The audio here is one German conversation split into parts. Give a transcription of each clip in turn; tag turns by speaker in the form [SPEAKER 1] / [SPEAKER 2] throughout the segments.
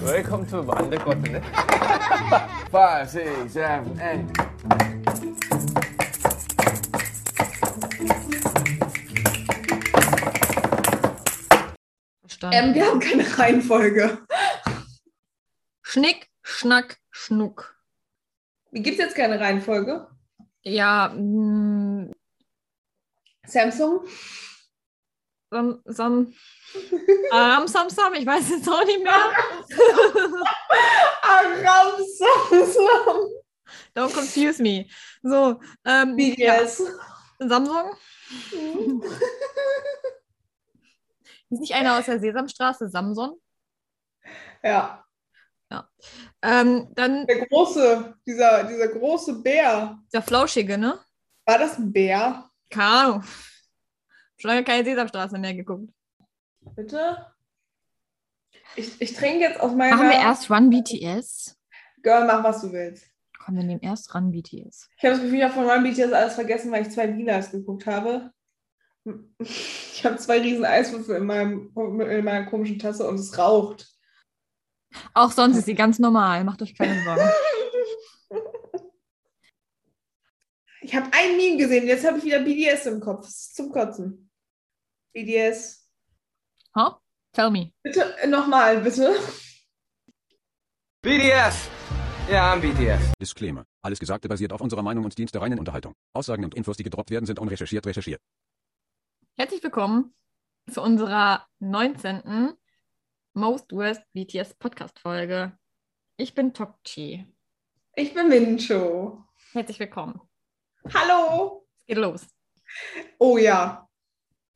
[SPEAKER 1] 웰컴 투 뭐 안 될 것 같은데?
[SPEAKER 2] 5, 6, 7, 8.
[SPEAKER 3] Verstanden.
[SPEAKER 4] Ähm, wir haben keine Reihenfolge.
[SPEAKER 3] Schnick, Schnack, Schnuck.
[SPEAKER 4] Wie gibt es jetzt keine Reihenfolge?
[SPEAKER 3] Ja, mm,
[SPEAKER 4] Samsung?
[SPEAKER 3] sam, sam, Aram, sam, sam, ich weiß jetzt auch nicht mehr.
[SPEAKER 4] Aram Ah, Samsung.
[SPEAKER 3] Don't confuse me. So, ähm, ja,
[SPEAKER 4] BDS.
[SPEAKER 3] Samsung.
[SPEAKER 4] Hm.
[SPEAKER 3] Ist nicht einer aus der Sesamstraße, Samson?
[SPEAKER 4] Ja.
[SPEAKER 3] Ähm, dann
[SPEAKER 4] Der große, dieser, dieser große Bär.
[SPEAKER 3] der Flauschige, ne?
[SPEAKER 4] War das ein Bär?
[SPEAKER 3] Keine Ahnung. Schon lange keine Sesamstraße mehr geguckt.
[SPEAKER 4] Bitte? Ich, ich trinke jetzt aus meiner.
[SPEAKER 3] Machen wir erst Run BTS?
[SPEAKER 4] Girl, mach was du willst.
[SPEAKER 3] Komm, wir nehmen erst Run BTS.
[SPEAKER 4] Ich habe das Gefühl, ich habe von meinem BTS alles vergessen, weil ich zwei Lilas geguckt habe. Ich habe zwei riesen Eiswürfel in, meinem, in meiner komischen Tasse und es raucht.
[SPEAKER 3] Auch sonst ist sie ganz normal, macht euch keine Sorgen.
[SPEAKER 4] Ich habe ein Meme gesehen, jetzt habe ich wieder BDS im Kopf. Das ist zum Kotzen. BDS.
[SPEAKER 3] Huh? Tell me.
[SPEAKER 4] Bitte, äh, nochmal, bitte.
[SPEAKER 1] BTS! Ja, I'm BTS.
[SPEAKER 5] Disclaimer. Alles Gesagte basiert auf unserer Meinung und dient der reinen Unterhaltung. Aussagen und Infos, die gedroppt werden, sind unrecherchiert recherchiert.
[SPEAKER 3] Herzlich willkommen zu unserer 19. Most Worst BTS Podcast Folge. Ich bin Tokchi.
[SPEAKER 4] Ich bin Mincho.
[SPEAKER 3] Herzlich willkommen.
[SPEAKER 4] Hallo.
[SPEAKER 3] Es geht los.
[SPEAKER 4] Oh ja,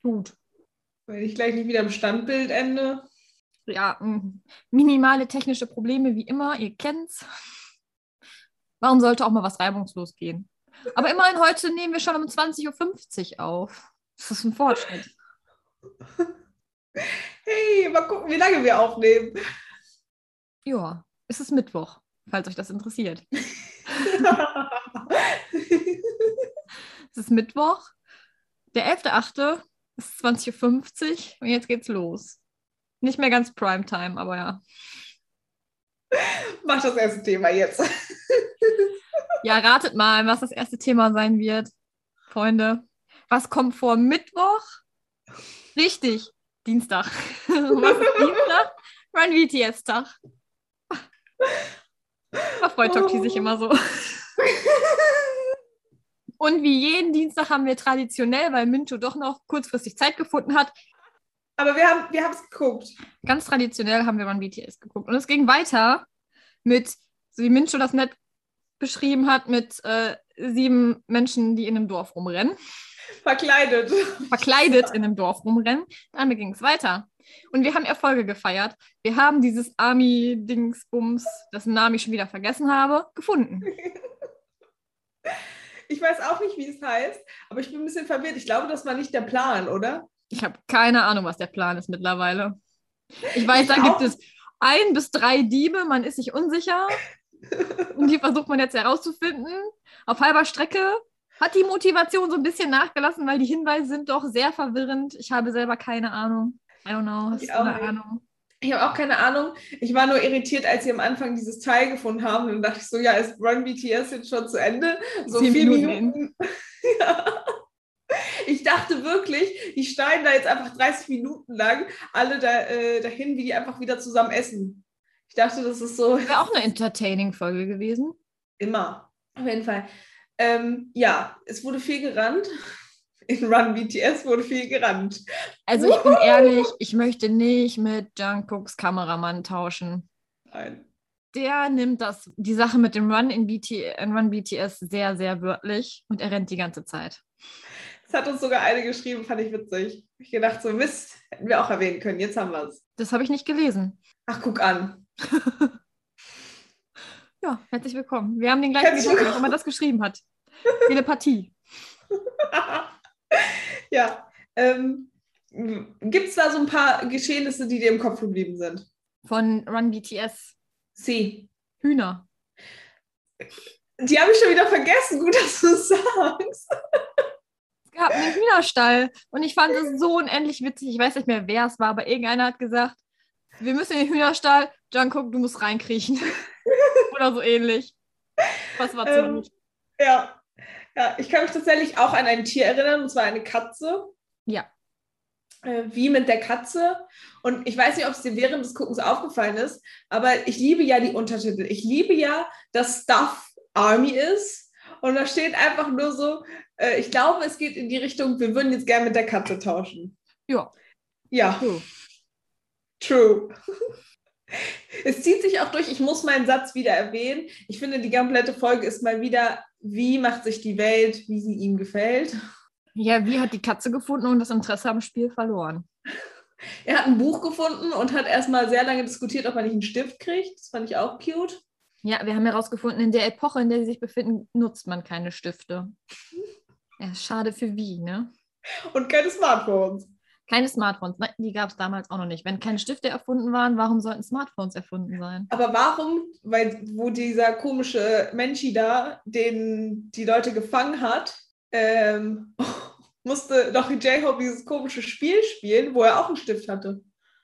[SPEAKER 3] Gut.
[SPEAKER 4] wenn ich gleich nicht wieder im Standbild ende.
[SPEAKER 3] Ja, mm, minimale technische Probleme wie immer, ihr kennt's. Warum sollte auch mal was reibungslos gehen? Aber immerhin heute nehmen wir schon um 20.50 Uhr auf. Das ist ein Fortschritt.
[SPEAKER 4] Hey, mal gucken, wie lange wir aufnehmen.
[SPEAKER 3] Ja, es ist Mittwoch, falls euch das interessiert. Es ist Mittwoch, der 11.8. Es ist 20.50 Uhr und jetzt geht's los. Nicht mehr ganz Primetime, aber ja.
[SPEAKER 4] Mach das erste Thema jetzt.
[SPEAKER 3] Ja, ratet mal, was das erste Thema sein wird, Freunde. Was kommt vor Mittwoch? Richtig, Dienstag. was ist Dienstag? Run VTS-Tag. Da freut Toki sich immer so. Und wie jeden Dienstag haben wir traditionell, weil Minto doch noch kurzfristig Zeit gefunden hat,
[SPEAKER 4] Aber wir haben wir es geguckt.
[SPEAKER 3] ganz traditionell haben wir Run BTS geguckt. Und es ging weiter mit, so wie Mincho das nett beschrieben hat, mit äh, sieben Menschen, die in einem Dorf rumrennen,
[SPEAKER 4] Verkleidet.
[SPEAKER 3] verkleidet in einem Dorf rumrennen. Damit ging es weiter. Und wir haben Erfolge gefeiert. Wir haben dieses Army-Dingsbums, dessen Namen ich schon wieder vergessen habe, gefunden.
[SPEAKER 4] Ich weiß auch nicht, wie es heißt, aber ich bin ein bisschen verwirrt. Ich glaube, das war nicht der Plan, oder?
[SPEAKER 3] Ich habe keine Ahnung, was der Plan ist mittlerweile. Ich weiß, da gibt es ein bis drei Diebe, man ist sich unsicher. Und die versucht man jetzt herauszufinden. Auf halber Strecke hat die Motivation so ein bisschen nachgelassen, weil die Hinweise sind doch sehr verwirrend. Ich habe selber keine Ahnung. I don't know. Hast
[SPEAKER 4] Ich
[SPEAKER 3] du
[SPEAKER 4] auch
[SPEAKER 3] eine
[SPEAKER 4] nicht.
[SPEAKER 3] Ahnung?
[SPEAKER 4] Ich habe auch keine Ahnung. Ich war nur irritiert, als sie am Anfang dieses Teil gefunden haben. Und dann dachte ich so, ja, ist Run BTS jetzt schon zu Ende? So
[SPEAKER 3] Zehn
[SPEAKER 4] vier
[SPEAKER 3] Minuten
[SPEAKER 4] Minuten. ja. Ich dachte wirklich, die steigen da jetzt einfach 30 Minuten lang alle da, äh, dahin, wie die einfach wieder zusammen essen. Ich dachte, das ist so
[SPEAKER 3] Wäre auch eine Entertaining-Folge gewesen.
[SPEAKER 4] Immer. Auf jeden Fall. Ähm, ja, es wurde viel gerannt. In Run BTS wurde viel gerannt.
[SPEAKER 3] Also ich bin ehrlich, ich möchte nicht mit Jungkooks Kameramann tauschen.
[SPEAKER 4] Nein.
[SPEAKER 3] der nimmt das, die Sache mit dem Run in, BT, in Run BTS sehr, sehr wörtlich und er rennt die ganze Zeit.
[SPEAKER 4] Es hat uns sogar eine geschrieben, fand ich witzig. Hab Ich gedacht, so Mist, hätten wir auch erwähnen können. Jetzt haben wir es.
[SPEAKER 3] Das habe ich nicht gelesen.
[SPEAKER 4] Ach, guck an.
[SPEAKER 3] Ja, herzlich willkommen. Wir haben den gleichen
[SPEAKER 4] Herzlich
[SPEAKER 3] Gedanken, der auch immer das geschrieben hat. Telepathie.
[SPEAKER 4] ja. Ähm, Gibt es da so ein paar Geschehnisse, die dir im Kopf geblieben sind?
[SPEAKER 3] Von Run BTS.
[SPEAKER 4] Sie.
[SPEAKER 3] Hühner.
[SPEAKER 4] Die habe ich schon wieder vergessen. Gut, dass du es sagst.
[SPEAKER 3] Hühnerstall. Und ich fand es so unendlich witzig. Ich weiß nicht mehr, wer es war, aber irgendeiner hat gesagt, wir müssen in den Hühnerstall. Jungkook, du musst reinkriechen. Oder so ähnlich. Was war zu
[SPEAKER 4] Ähm, ja. ja, ich kann mich tatsächlich auch an ein Tier erinnern, und zwar eine Katze.
[SPEAKER 3] Ja.
[SPEAKER 4] Äh, Wie mit der Katze. Und ich weiß nicht, ob es dir während des Guckens aufgefallen ist, aber ich liebe ja die Untertitel. Ich liebe ja, dass Stuff Army ist. Und da steht einfach nur so, äh, ich glaube, es geht in die Richtung, wir würden jetzt gerne mit der Katze tauschen.
[SPEAKER 3] Ja.
[SPEAKER 4] Ja,
[SPEAKER 3] So.
[SPEAKER 4] True. Es zieht sich auch durch, ich muss meinen Satz wieder erwähnen. Ich finde, die komplette Folge ist mal wieder, wie macht sich die Welt, wie sie ihm gefällt.
[SPEAKER 3] Ja, wie hat die Katze gefunden und das Interesse am Spiel verloren?
[SPEAKER 4] Er hat ein Buch gefunden und hat erstmal sehr lange diskutiert, ob er nicht einen Stift kriegt. Das fand ich auch cute.
[SPEAKER 3] Ja, wir haben herausgefunden, in der Epoche, in der sie sich befinden, nutzt man keine Stifte. Ja, schade für wie, ne?
[SPEAKER 4] Und keine Smartphones.
[SPEAKER 3] Keine Smartphones, nein, die gab es damals auch noch nicht. Wenn keine Stifte erfunden waren, warum sollten Smartphones erfunden sein?
[SPEAKER 4] Aber warum, weil wo dieser komische Menschi da, den die Leute gefangen hat, ähm, musste doch J-Hope dieses komische Spiel spielen, wo er auch einen Stift hatte.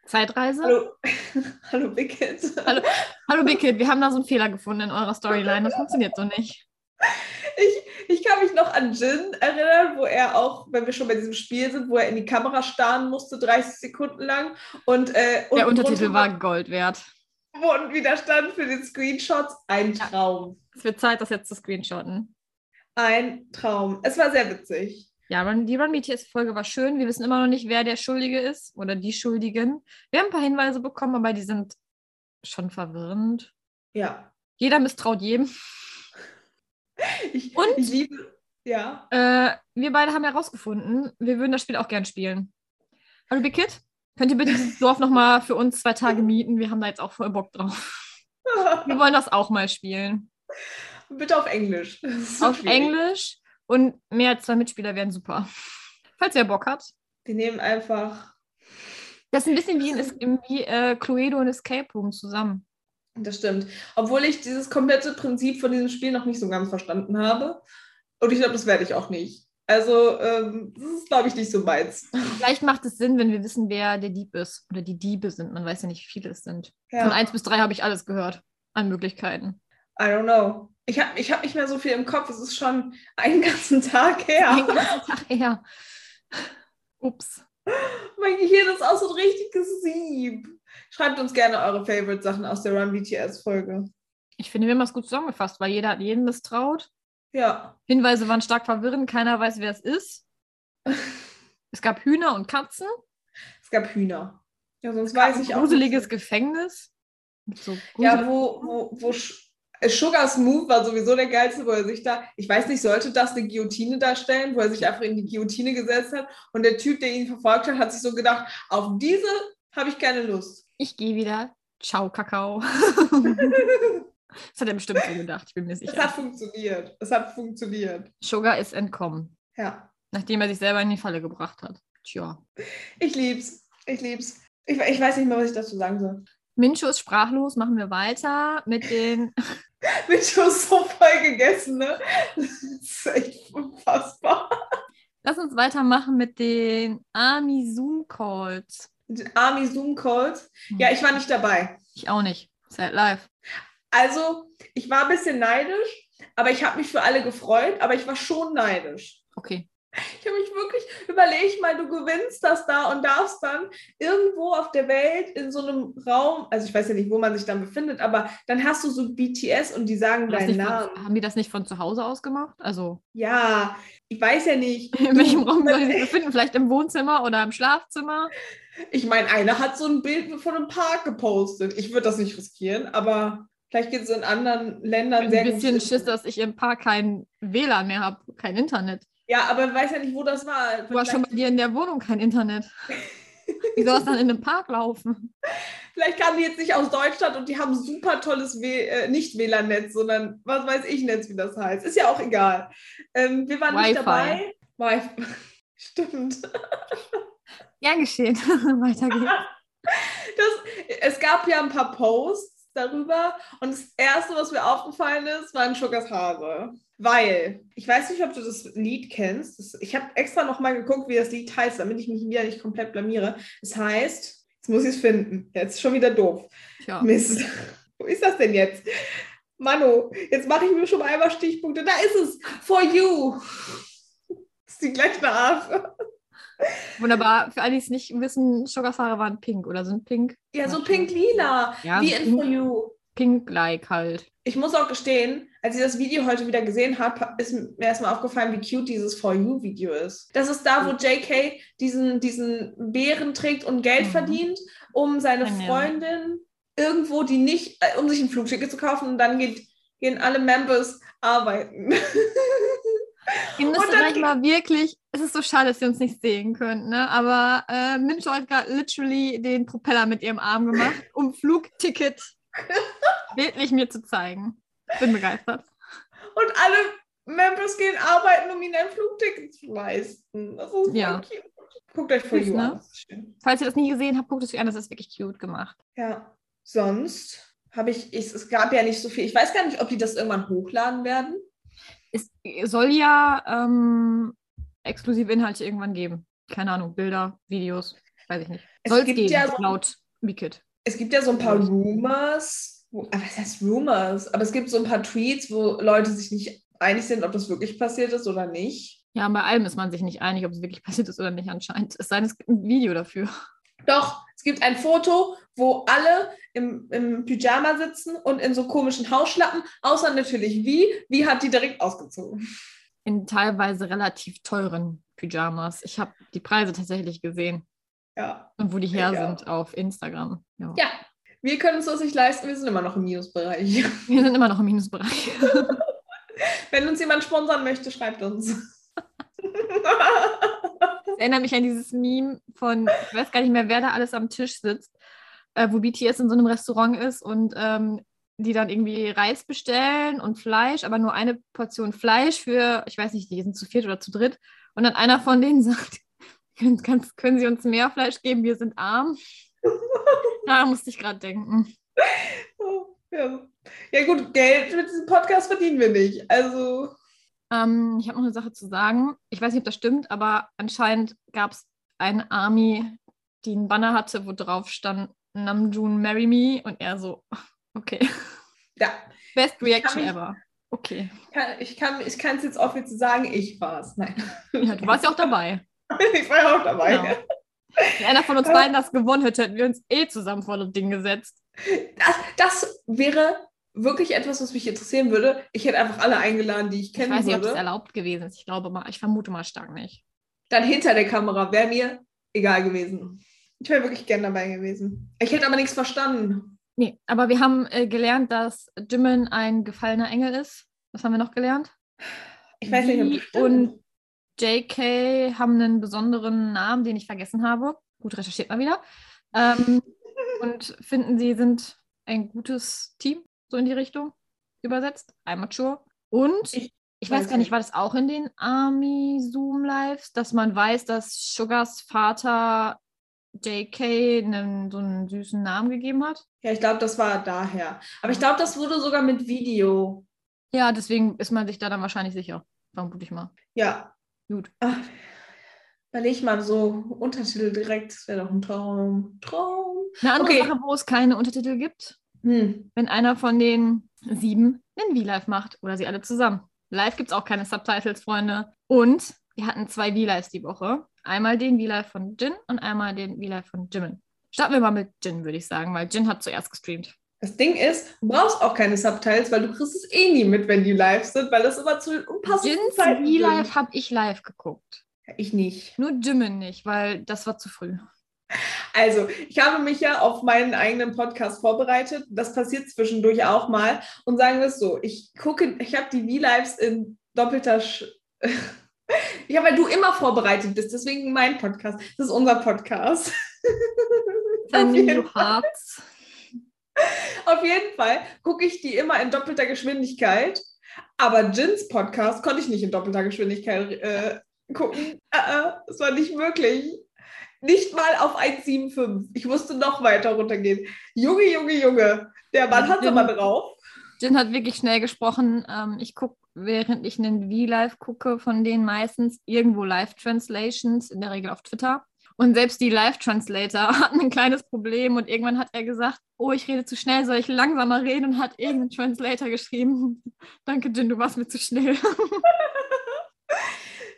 [SPEAKER 3] Zeitreise? Hallo,
[SPEAKER 4] Hallo, Hallo Bickett.
[SPEAKER 3] Hallo Big Kid, wir haben da so einen Fehler gefunden in eurer Storyline. Das funktioniert so nicht.
[SPEAKER 4] Ich, ich kann mich noch an Jin erinnern, wo er auch, wenn wir schon bei diesem Spiel sind, wo er in die Kamera starren musste, 30 Sekunden lang. Und, äh,
[SPEAKER 3] Der
[SPEAKER 4] unten
[SPEAKER 3] Untertitel
[SPEAKER 4] drunter
[SPEAKER 3] war Gold wert.
[SPEAKER 4] war- Und Widerstand für den Screenshots. Ein Traum.
[SPEAKER 3] Es wird Zeit, das jetzt zu screenshotten.
[SPEAKER 4] Ein Traum. Es war sehr witzig.
[SPEAKER 3] Ja, Run- die Run BTS-Folge war schön. Wir wissen immer noch nicht, wer der Schuldige ist oder die Schuldigen. Wir haben ein paar Hinweise bekommen, aber die sind schon verwirrend.
[SPEAKER 4] Ja.
[SPEAKER 3] Jeder misstraut jedem.
[SPEAKER 4] Ich,
[SPEAKER 3] Und?
[SPEAKER 4] ich liebe. Ja.
[SPEAKER 3] Äh, wir beide haben herausgefunden, wir würden das Spiel auch gern spielen. Hallo Big Kid, könnt ihr bitte dieses Dorf nochmal für uns zwei Tage mieten? Wir haben da jetzt auch voll Bock drauf. Wir wollen das auch mal spielen.
[SPEAKER 4] Bitte auf Englisch. Das ist so
[SPEAKER 3] Auf
[SPEAKER 4] schwierig.
[SPEAKER 3] Englisch und mehr als zwei Mitspieler wären super. Falls ihr Bock habt.
[SPEAKER 4] Die nehmen einfach.
[SPEAKER 3] Das ist ein bisschen wie, in, Es- wie äh, Cluedo und Escape Room zusammen.
[SPEAKER 4] Das stimmt. Obwohl ich dieses komplette Prinzip von diesem Spiel noch nicht so ganz verstanden habe. Und ich glaube, das werde ich auch nicht. Also, ähm, das ist, glaube ich, nicht so meins.
[SPEAKER 3] Vielleicht macht es Sinn, wenn wir wissen, wer der Dieb ist oder die Diebe sind. Man weiß ja nicht, wie viele es sind.
[SPEAKER 4] Ja.
[SPEAKER 3] Von 1 bis 3 habe ich alles gehört an Möglichkeiten.
[SPEAKER 4] I don't know. Ich habe ich hab nicht mehr so viel im Kopf. Es ist schon einen ganzen Tag
[SPEAKER 3] Den
[SPEAKER 4] her.
[SPEAKER 3] ganzen Tag her. Ups.
[SPEAKER 4] Mein Gehirn ist auch so ein richtiges Sieb. Schreibt uns gerne eure Favorite-Sachen aus der Run BTS-Folge.
[SPEAKER 3] Ich finde, wir haben es gut zusammengefasst, weil jeder hat jeden misstraut.
[SPEAKER 4] Ja.
[SPEAKER 3] Hinweise waren stark verwirrend, keiner weiß, wer es ist. Es gab Hühner und Katzen,
[SPEAKER 4] Es gab Hühner. Ja, sonst
[SPEAKER 3] ein
[SPEAKER 4] weiß ich auch.
[SPEAKER 3] gruseliges Gefängnis. Mit So
[SPEAKER 4] Nicht. Ja,
[SPEAKER 3] gruselig-
[SPEAKER 4] wo, wo, wo Sch- äh, Sugars Move war sowieso der geilste, wo er sich da, ich weiß nicht, sollte das eine Guillotine darstellen, wo er sich einfach in die Guillotine gesetzt hat und der Typ, der ihn verfolgt hat, hat sich so gedacht, auf diese habe ich keine Lust.
[SPEAKER 3] Ich gehe wieder. Ciao, Kakao. das hat er bestimmt so gedacht, ich bin mir
[SPEAKER 4] Es
[SPEAKER 3] sicher.
[SPEAKER 4] hat funktioniert. Es hat funktioniert.
[SPEAKER 3] Sugar ist entkommen,
[SPEAKER 4] Ja.
[SPEAKER 3] nachdem er sich selber in die Falle gebracht hat. Tja.
[SPEAKER 4] Ich lieb's. Ich lieb's. Ich, ich weiß nicht mehr, was ich dazu sagen soll.
[SPEAKER 3] Mincho ist sprachlos, machen wir weiter mit den.
[SPEAKER 4] Bin schon so voll gegessen, ne? Das ist echt unfassbar.
[SPEAKER 3] Lass uns weitermachen mit den Army Zoom Calls.
[SPEAKER 4] Die Army Zoom Calls. Ja, ich war nicht dabei.
[SPEAKER 3] Ich auch nicht. Sad live.
[SPEAKER 4] Also, ich war ein bisschen neidisch, aber ich habe mich für alle gefreut, aber ich war schon neidisch.
[SPEAKER 3] Okay.
[SPEAKER 4] Ich habe mich wirklich überlegt, mal, du gewinnst das da und darfst dann irgendwo auf der Welt in so einem Raum, also ich weiß ja nicht, wo man sich dann befindet, aber dann hast du so BTS und die sagen
[SPEAKER 3] Haben die das nicht
[SPEAKER 4] deinen Namen.
[SPEAKER 3] Von, haben die das nicht von zu Hause aus gemacht? Also,
[SPEAKER 4] Ja, ich weiß ja nicht.
[SPEAKER 3] in welchem Raum soll die sich befinden? Vielleicht im Wohnzimmer oder im Schlafzimmer?
[SPEAKER 4] Ich meine, einer hat so ein Bild von einem Park gepostet. Ich würde das nicht riskieren, aber vielleicht geht es in anderen Ländern
[SPEAKER 3] Ein
[SPEAKER 4] sehr
[SPEAKER 3] bisschen
[SPEAKER 4] gut.
[SPEAKER 3] Schiss, dass ich im Park kein WLAN mehr habe, kein Internet.
[SPEAKER 4] Ja, aber ich weiß ja nicht, wo das war.
[SPEAKER 3] Du hast schon bei dir in der Wohnung kein Internet. Wie soll das dann in einem Park laufen?
[SPEAKER 4] vielleicht kamen die jetzt nicht aus Deutschland und die haben super tolles W- äh, nicht WLAN-Netz, sondern was weiß ich Netz, wie das heißt. Ist ja auch egal. Ähm, wir waren
[SPEAKER 3] Wi-Fi.
[SPEAKER 4] nicht dabei. Wi-Fi. Stimmt.
[SPEAKER 3] Ja, geschehen. weiter geht's.
[SPEAKER 4] Das, es gab ja ein paar Posts darüber und das Erste, was mir aufgefallen ist, war ein Sugars Hase. Weil, ich weiß nicht, ob du das Lied kennst. Das, ich habe extra nochmal geguckt, wie das Lied heißt, damit ich mich wieder nicht komplett blamiere. Es heißt, jetzt muss ich es finden. Jetzt ist schon wieder doof.
[SPEAKER 3] Tja.
[SPEAKER 4] Mist. Wo ist das denn jetzt? Manu, jetzt mache ich mir schon mal einmal Stichpunkte. Da ist es. For you. Das ist die gleiche Harfe.
[SPEAKER 3] Wunderbar. Für alle, die es nicht wissen, Sugarfahrer waren pink oder sind pink.
[SPEAKER 4] Ja, so pink-lila.
[SPEAKER 3] Ja,
[SPEAKER 4] wie
[SPEAKER 3] so
[SPEAKER 4] in
[SPEAKER 3] pink-
[SPEAKER 4] For You.
[SPEAKER 3] Pink-like halt.
[SPEAKER 4] Ich muss auch gestehen, als ich das Video heute wieder gesehen habe, ist mir erstmal aufgefallen, wie cute dieses For You-Video ist. Das ist da, wo JK diesen, diesen Bären trägt und Geld
[SPEAKER 3] Mhm.
[SPEAKER 4] verdient, um seine
[SPEAKER 3] Ja.
[SPEAKER 4] Freundin irgendwo, die nicht, äh, um sich ein Flugticket zu kaufen und dann geht, gehen alle Members arbeiten.
[SPEAKER 3] Ihr müsst
[SPEAKER 4] Und dann-
[SPEAKER 3] gleich mal wirklich, es ist so schade, dass ihr uns nicht sehen könnt, ne? aber äh, Mincho hat gerade literally den Propeller mit ihrem Arm gemacht, um Flugticket wirklich mir zu zeigen. Bin begeistert.
[SPEAKER 4] und alle Members gehen arbeiten, um ihnen ein Flugticket zu leisten. Das ist
[SPEAKER 3] Ja.
[SPEAKER 4] ja. cute. Guckt euch For
[SPEAKER 3] Süß,
[SPEAKER 4] You
[SPEAKER 3] ne?
[SPEAKER 4] an. Das ist schön.
[SPEAKER 3] Falls ihr das nie gesehen habt, guckt es euch an, das ist wirklich cute gemacht.
[SPEAKER 4] Ja, sonst habe ich, ich, es gab ja nicht so viel. Ich weiß gar nicht, ob die das irgendwann hochladen werden.
[SPEAKER 3] Es soll ja ähm, exklusive Inhalte irgendwann geben. Keine Ahnung, Bilder, Videos, weiß ich nicht.
[SPEAKER 4] Es
[SPEAKER 3] Soll es
[SPEAKER 4] gibt
[SPEAKER 3] geben,
[SPEAKER 4] ja so-
[SPEAKER 3] laut Wicked.
[SPEAKER 4] Es gibt ja so ein paar Rumors, wo, aber was heißt Rumors? Aber es gibt so ein paar Tweets, wo Leute sich nicht einig sind, ob das wirklich passiert ist oder nicht.
[SPEAKER 3] Ja, bei allem ist man sich nicht einig, ob es wirklich passiert ist oder nicht anscheinend. Es sei denn, es gibt ein Video dafür.
[SPEAKER 4] Doch, es gibt ein Foto, wo alle im, im Pyjama sitzen und in so komischen Hausschlappen, außer natürlich wie. Wie hat die direkt ausgezogen?
[SPEAKER 3] in teilweise relativ teuren Pyjamas. Ich habe die Preise tatsächlich gesehen
[SPEAKER 4] Ja.
[SPEAKER 3] und wo die her
[SPEAKER 4] Ja.
[SPEAKER 3] sind auf Instagram. Ja.
[SPEAKER 4] Ja. Wir können uns das nicht leisten, wir sind immer noch im Minusbereich.
[SPEAKER 3] Wir sind immer noch im Minusbereich.
[SPEAKER 4] Wenn uns jemand sponsern möchte, schreibt uns.
[SPEAKER 3] Ich erinnere mich an dieses Meme von, ich weiß gar nicht mehr, wer da alles am Tisch sitzt, äh, wo BTS in so einem Restaurant ist und ähm, die dann irgendwie Reis bestellen und Fleisch, aber nur eine Portion Fleisch für, ich weiß nicht, die sind zu viert oder zu dritt. Und dann einer von denen sagt, können, kannst- können Sie uns mehr Fleisch geben, wir sind arm. Da musste ich gerade denken.
[SPEAKER 4] ja. ja gut, Geld mit diesem Podcast verdienen wir nicht. Also
[SPEAKER 3] Ähm, ich habe noch eine Sache zu sagen. Ich weiß nicht, ob das stimmt, aber anscheinend gab es eine Army, die einen Banner hatte, wo drauf stand Namjoon, marry me. Und er so, okay.
[SPEAKER 4] ja,
[SPEAKER 3] Best Reaction
[SPEAKER 4] mich-
[SPEAKER 3] ever. Okay.
[SPEAKER 4] kann, ich kann es jetzt offiziell sagen, ich war es. Nein,
[SPEAKER 3] Ja, du warst ja auch dabei.
[SPEAKER 4] ich war ja auch dabei.
[SPEAKER 3] Genau. Wenn einer von uns
[SPEAKER 4] Äh.
[SPEAKER 3] beiden das gewonnen hätte, hätten wir uns eh zusammen vor das Ding gesetzt.
[SPEAKER 4] Das, das wäre wirklich etwas, was mich interessieren würde. Ich hätte einfach alle eingeladen, die ich
[SPEAKER 3] Ich
[SPEAKER 4] kennen
[SPEAKER 3] weiß nicht, ob das
[SPEAKER 4] würde.
[SPEAKER 3] erlaubt gewesen ist. Ich glaube mal, ich vermute mal stark nicht.
[SPEAKER 4] Dann hinter der Kamera wäre mir egal gewesen. Ich wäre wirklich gern dabei gewesen. Ich hätte aber nichts verstanden.
[SPEAKER 3] Nee, aber wir haben äh, gelernt, dass Jimin ein gefallener Engel ist. Was haben wir noch gelernt?
[SPEAKER 4] Ich weiß nicht, ob
[SPEAKER 3] Wie
[SPEAKER 4] das stimmt.
[SPEAKER 3] und- JK haben einen besonderen Namen, den ich vergessen habe. Gut recherchiert mal wieder. Ähm, und finden, sie sind ein gutes Team, so in die Richtung übersetzt. I'm mature. Und ich,
[SPEAKER 4] Ich
[SPEAKER 3] weiß
[SPEAKER 4] weiß
[SPEAKER 3] gar nicht,
[SPEAKER 4] nicht.
[SPEAKER 3] war das auch in den Army Zoom Lives, dass man weiß, dass Sugars Vater JK einen, so einen süßen Namen gegeben hat?
[SPEAKER 4] Ja, ich glaube, das war daher. Aber ich glaube, das wurde sogar mit Video.
[SPEAKER 3] Ja, deswegen ist man sich da dann wahrscheinlich sicher. Vermute ich mal.
[SPEAKER 4] Ja. Ah,
[SPEAKER 3] Gut.
[SPEAKER 4] Ach, überleg mal so Untertitel direkt, das wäre doch ein Traum. Traum.
[SPEAKER 3] Eine andere
[SPEAKER 4] Okay.
[SPEAKER 3] Sache, wo es keine Untertitel gibt,
[SPEAKER 4] Hm.
[SPEAKER 3] wenn einer von den sieben einen V-Live macht oder sie alle zusammen. Live gibt es auch keine Subtitles, Freunde. Und wir hatten zwei V-Lives die Woche. Einmal den V-Live von Jin und einmal den V-Live von Jimin. Starten wir mal mit Jin, würde ich sagen, weil Jin hat zuerst gestreamt.
[SPEAKER 4] Das Ding ist, du brauchst auch keine Subtitles, weil du kriegst es eh nie mit, wenn die live sind, weil das immer zu den unpassenden
[SPEAKER 3] Jins
[SPEAKER 4] Zeiten
[SPEAKER 3] V-Live habe ich live geguckt.
[SPEAKER 4] sind. Ich nicht.
[SPEAKER 3] Nur Jimin nicht, weil das war zu früh.
[SPEAKER 4] Also, ich habe mich ja auf meinen eigenen Podcast vorbereitet. Das passiert zwischendurch auch mal. Und sagen wir es so, ich gucke, ich habe die V-Lives in doppelter... Sch ja, weil du immer vorbereitet bist, deswegen mein Podcast. Das ist unser Podcast.
[SPEAKER 3] Dann
[SPEAKER 4] Auf jeden
[SPEAKER 3] New Hearts.
[SPEAKER 4] Auf jeden Fall gucke ich die immer in doppelter Geschwindigkeit. Aber Jins Podcast konnte ich nicht in doppelter Geschwindigkeit äh, gucken. Äh, äh, es war nicht möglich. Nicht mal auf 1,75. Ich musste noch weiter runtergehen. Junge, Junge, Junge. Der Mann hat's aber drauf.
[SPEAKER 3] Jin hat wirklich schnell gesprochen. Ähm, ich gucke, während ich einen V-Live gucke, von denen meistens irgendwo Live-Translations, in der Regel auf Twitter. Und selbst die Live-Translator hatten ein kleines Problem und irgendwann hat er gesagt, oh, ich rede zu schnell, soll ich langsamer reden und hat irgendein Translator geschrieben. Danke, Jin, du warst mir zu schnell.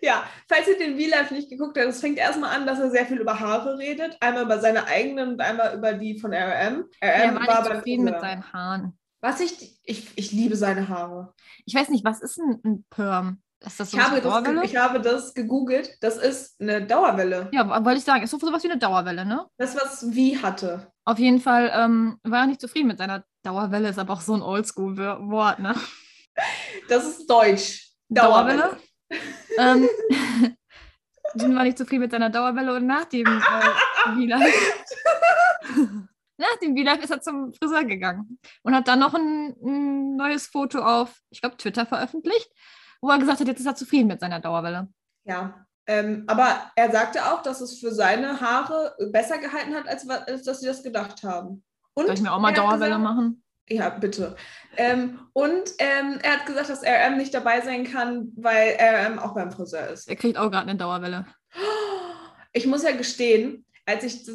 [SPEAKER 4] Ja, falls ihr den V-Live nicht geguckt habt, es fängt erstmal an, dass er sehr viel über Haare redet. Einmal über seine eigenen und einmal über die von RM. RM
[SPEAKER 3] er war nicht
[SPEAKER 4] beim
[SPEAKER 3] zufrieden mit
[SPEAKER 4] Friseur.
[SPEAKER 3] seinen Haaren.
[SPEAKER 4] Was ich, ich, ich liebe seine Haare.
[SPEAKER 3] Ich weiß nicht, was ist ein, ein Perm? Ist das so
[SPEAKER 4] Ich habe, das,
[SPEAKER 3] Dauerwelle?
[SPEAKER 4] ge- ich habe das gegoogelt. Das ist eine Dauerwelle.
[SPEAKER 3] ja, aber wollte ich sagen, ist doch sowas wie eine Dauerwelle, ne?
[SPEAKER 4] Das, was wie hatte.
[SPEAKER 3] Auf jeden Fall ähm, war er nicht zufrieden mit seiner Dauerwelle, ist aber auch so ein Oldschool-Wort, ne?
[SPEAKER 4] Das ist Deutsch.
[SPEAKER 3] Dauerwelle. ähm, Jin war nicht zufrieden mit seiner Dauerwelle und nach dem äh, V-Live. nach dem V-Live ist er zum Friseur gegangen und hat dann noch ein, ein neues Foto auf, ich glaube, Twitter veröffentlicht, wo er gesagt hat, jetzt ist er zufrieden mit seiner Dauerwelle.
[SPEAKER 4] Ja. Ähm, aber er sagte auch, dass es für seine Haare besser gehalten hat, als, wa- als dass sie das gedacht haben. Und
[SPEAKER 3] Soll ich mir auch mal
[SPEAKER 4] er hat
[SPEAKER 3] Dauerwelle
[SPEAKER 4] gesagt-
[SPEAKER 3] machen?
[SPEAKER 4] Ja, bitte. Ähm, und ähm, er hat gesagt, dass RM nicht dabei sein kann, weil RM auch beim Friseur ist.
[SPEAKER 3] Er kriegt auch gerade eine Dauerwelle.
[SPEAKER 4] Ich muss ja gestehen, als ich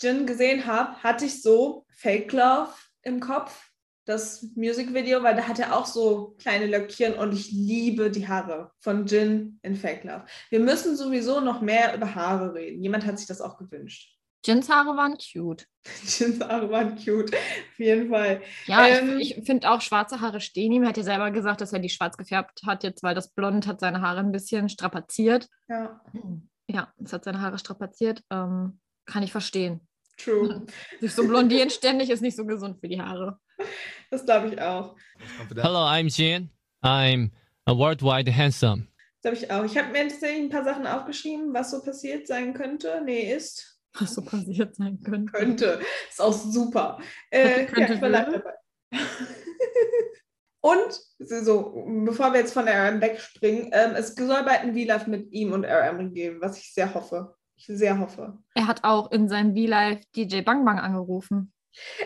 [SPEAKER 4] Jin gesehen habe, hatte ich so Fake Love im Kopf, das Musikvideo, weil da hat er auch so kleine Löckchen und ich liebe die Haare von Jin in Fake Love. Wir müssen sowieso noch mehr über Haare reden. Jemand hat sich das auch gewünscht.
[SPEAKER 3] Jins Haare waren cute.
[SPEAKER 4] Jins Haare waren cute, auf jeden Fall.
[SPEAKER 3] Ja,
[SPEAKER 4] Ähm.
[SPEAKER 3] ich, ich finde auch schwarze Haare stehen ihm. Er hat ja selber gesagt, dass er die schwarz gefärbt hat, jetzt weil das Blond hat seine Haare ein bisschen strapaziert.
[SPEAKER 4] Ja,
[SPEAKER 3] Ja, es hat seine Haare strapaziert. Ähm, kann ich verstehen.
[SPEAKER 4] true.
[SPEAKER 3] Sich so blondieren ständig ist nicht so gesund für die Haare.
[SPEAKER 4] Das glaube ich auch.
[SPEAKER 6] Hello, I'm Jin. I'm a worldwide handsome.
[SPEAKER 4] Das glaube ich auch. Ich habe mir tatsächlich ein paar Sachen aufgeschrieben, was so passiert sein könnte. Nee, ist.
[SPEAKER 3] Was so passiert sein könnte.
[SPEAKER 4] Könnte. Ist auch super.
[SPEAKER 3] Könnte,
[SPEAKER 4] Äh,
[SPEAKER 3] könnte,
[SPEAKER 4] ja, ich bin live
[SPEAKER 3] würde.
[SPEAKER 4] dabei. und so, bevor wir jetzt von RM wegspringen, ähm, es soll bald ein V-Live mit ihm und RM geben, was ich sehr hoffe. Ich sehr hoffe.
[SPEAKER 3] Er hat auch in seinem V-Live DJ Bang Bang angerufen.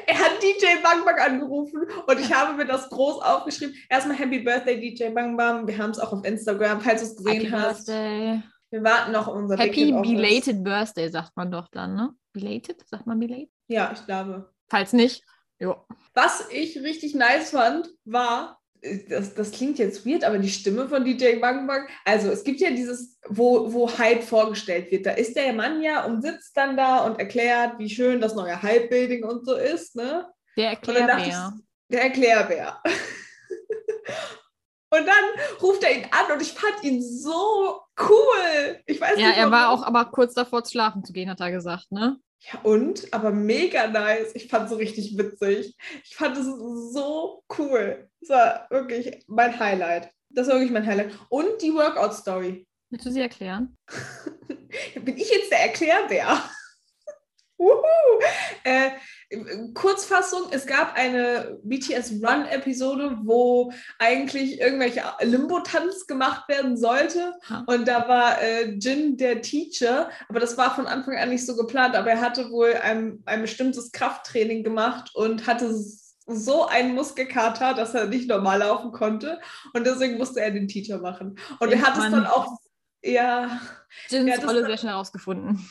[SPEAKER 4] Er hat DJ Bang Bang angerufen und ich habe mir das groß aufgeschrieben. Erstmal Happy Birthday, DJ Bang Bang. Wir haben es auch auf Instagram, falls du es gesehen
[SPEAKER 3] Happy
[SPEAKER 4] hast.
[SPEAKER 3] Birthday.
[SPEAKER 4] Wir warten noch auf unser
[SPEAKER 3] Happy
[SPEAKER 4] Ticket auf uns.
[SPEAKER 3] belated Birthday, sagt man doch dann, ne? Belated? Sagt man belated?
[SPEAKER 4] Ja, ich glaube.
[SPEAKER 3] Falls nicht, jo.
[SPEAKER 4] Was ich richtig nice fand, war, äh, das, das klingt jetzt weird, aber die Stimme von DJ Bang Bang, also es gibt ja dieses, wo, wo Hype vorgestellt wird. Da ist der Mann ja und sitzt dann da und erklärt, wie schön das neue Hype-Building und so ist, ne?
[SPEAKER 3] Der
[SPEAKER 4] Und dann dachte
[SPEAKER 3] Erklärbär.
[SPEAKER 4] ich, der Erklärbär. und dann ruft er ihn an und ich fand ihn so cool. Ich weiß
[SPEAKER 3] Ja,
[SPEAKER 4] nicht,
[SPEAKER 3] er war
[SPEAKER 4] warum.
[SPEAKER 3] auch aber kurz davor, zu schlafen zu gehen, hat er gesagt, ne?
[SPEAKER 4] Ja, und? Aber mega nice. Ich fand es richtig witzig. Ich fand es so cool. Das war wirklich mein Highlight. Das war wirklich mein Highlight. Und die Workout-Story.
[SPEAKER 3] Willst du sie erklären?
[SPEAKER 4] Bin ich jetzt der Erklärbär? Wuhu! Äh, Kurzfassung, es gab eine BTS-Run-Episode, wo eigentlich irgendwelche Limbo-Tanz gemacht werden sollte.
[SPEAKER 3] Ha.
[SPEAKER 4] Und da war äh, Jin der Teacher, aber das war von Anfang an nicht so geplant, aber er hatte wohl ein, ein bestimmtes Krafttraining gemacht und hatte s- so einen Muskelkater, dass er nicht normal laufen konnte. Und deswegen musste er den Teacher machen. Und er hat es
[SPEAKER 3] Mann.
[SPEAKER 4] dann auch, ja,
[SPEAKER 3] Jins
[SPEAKER 4] Ja, das
[SPEAKER 3] Rolle
[SPEAKER 4] war-
[SPEAKER 3] sehr schnell rausgefunden.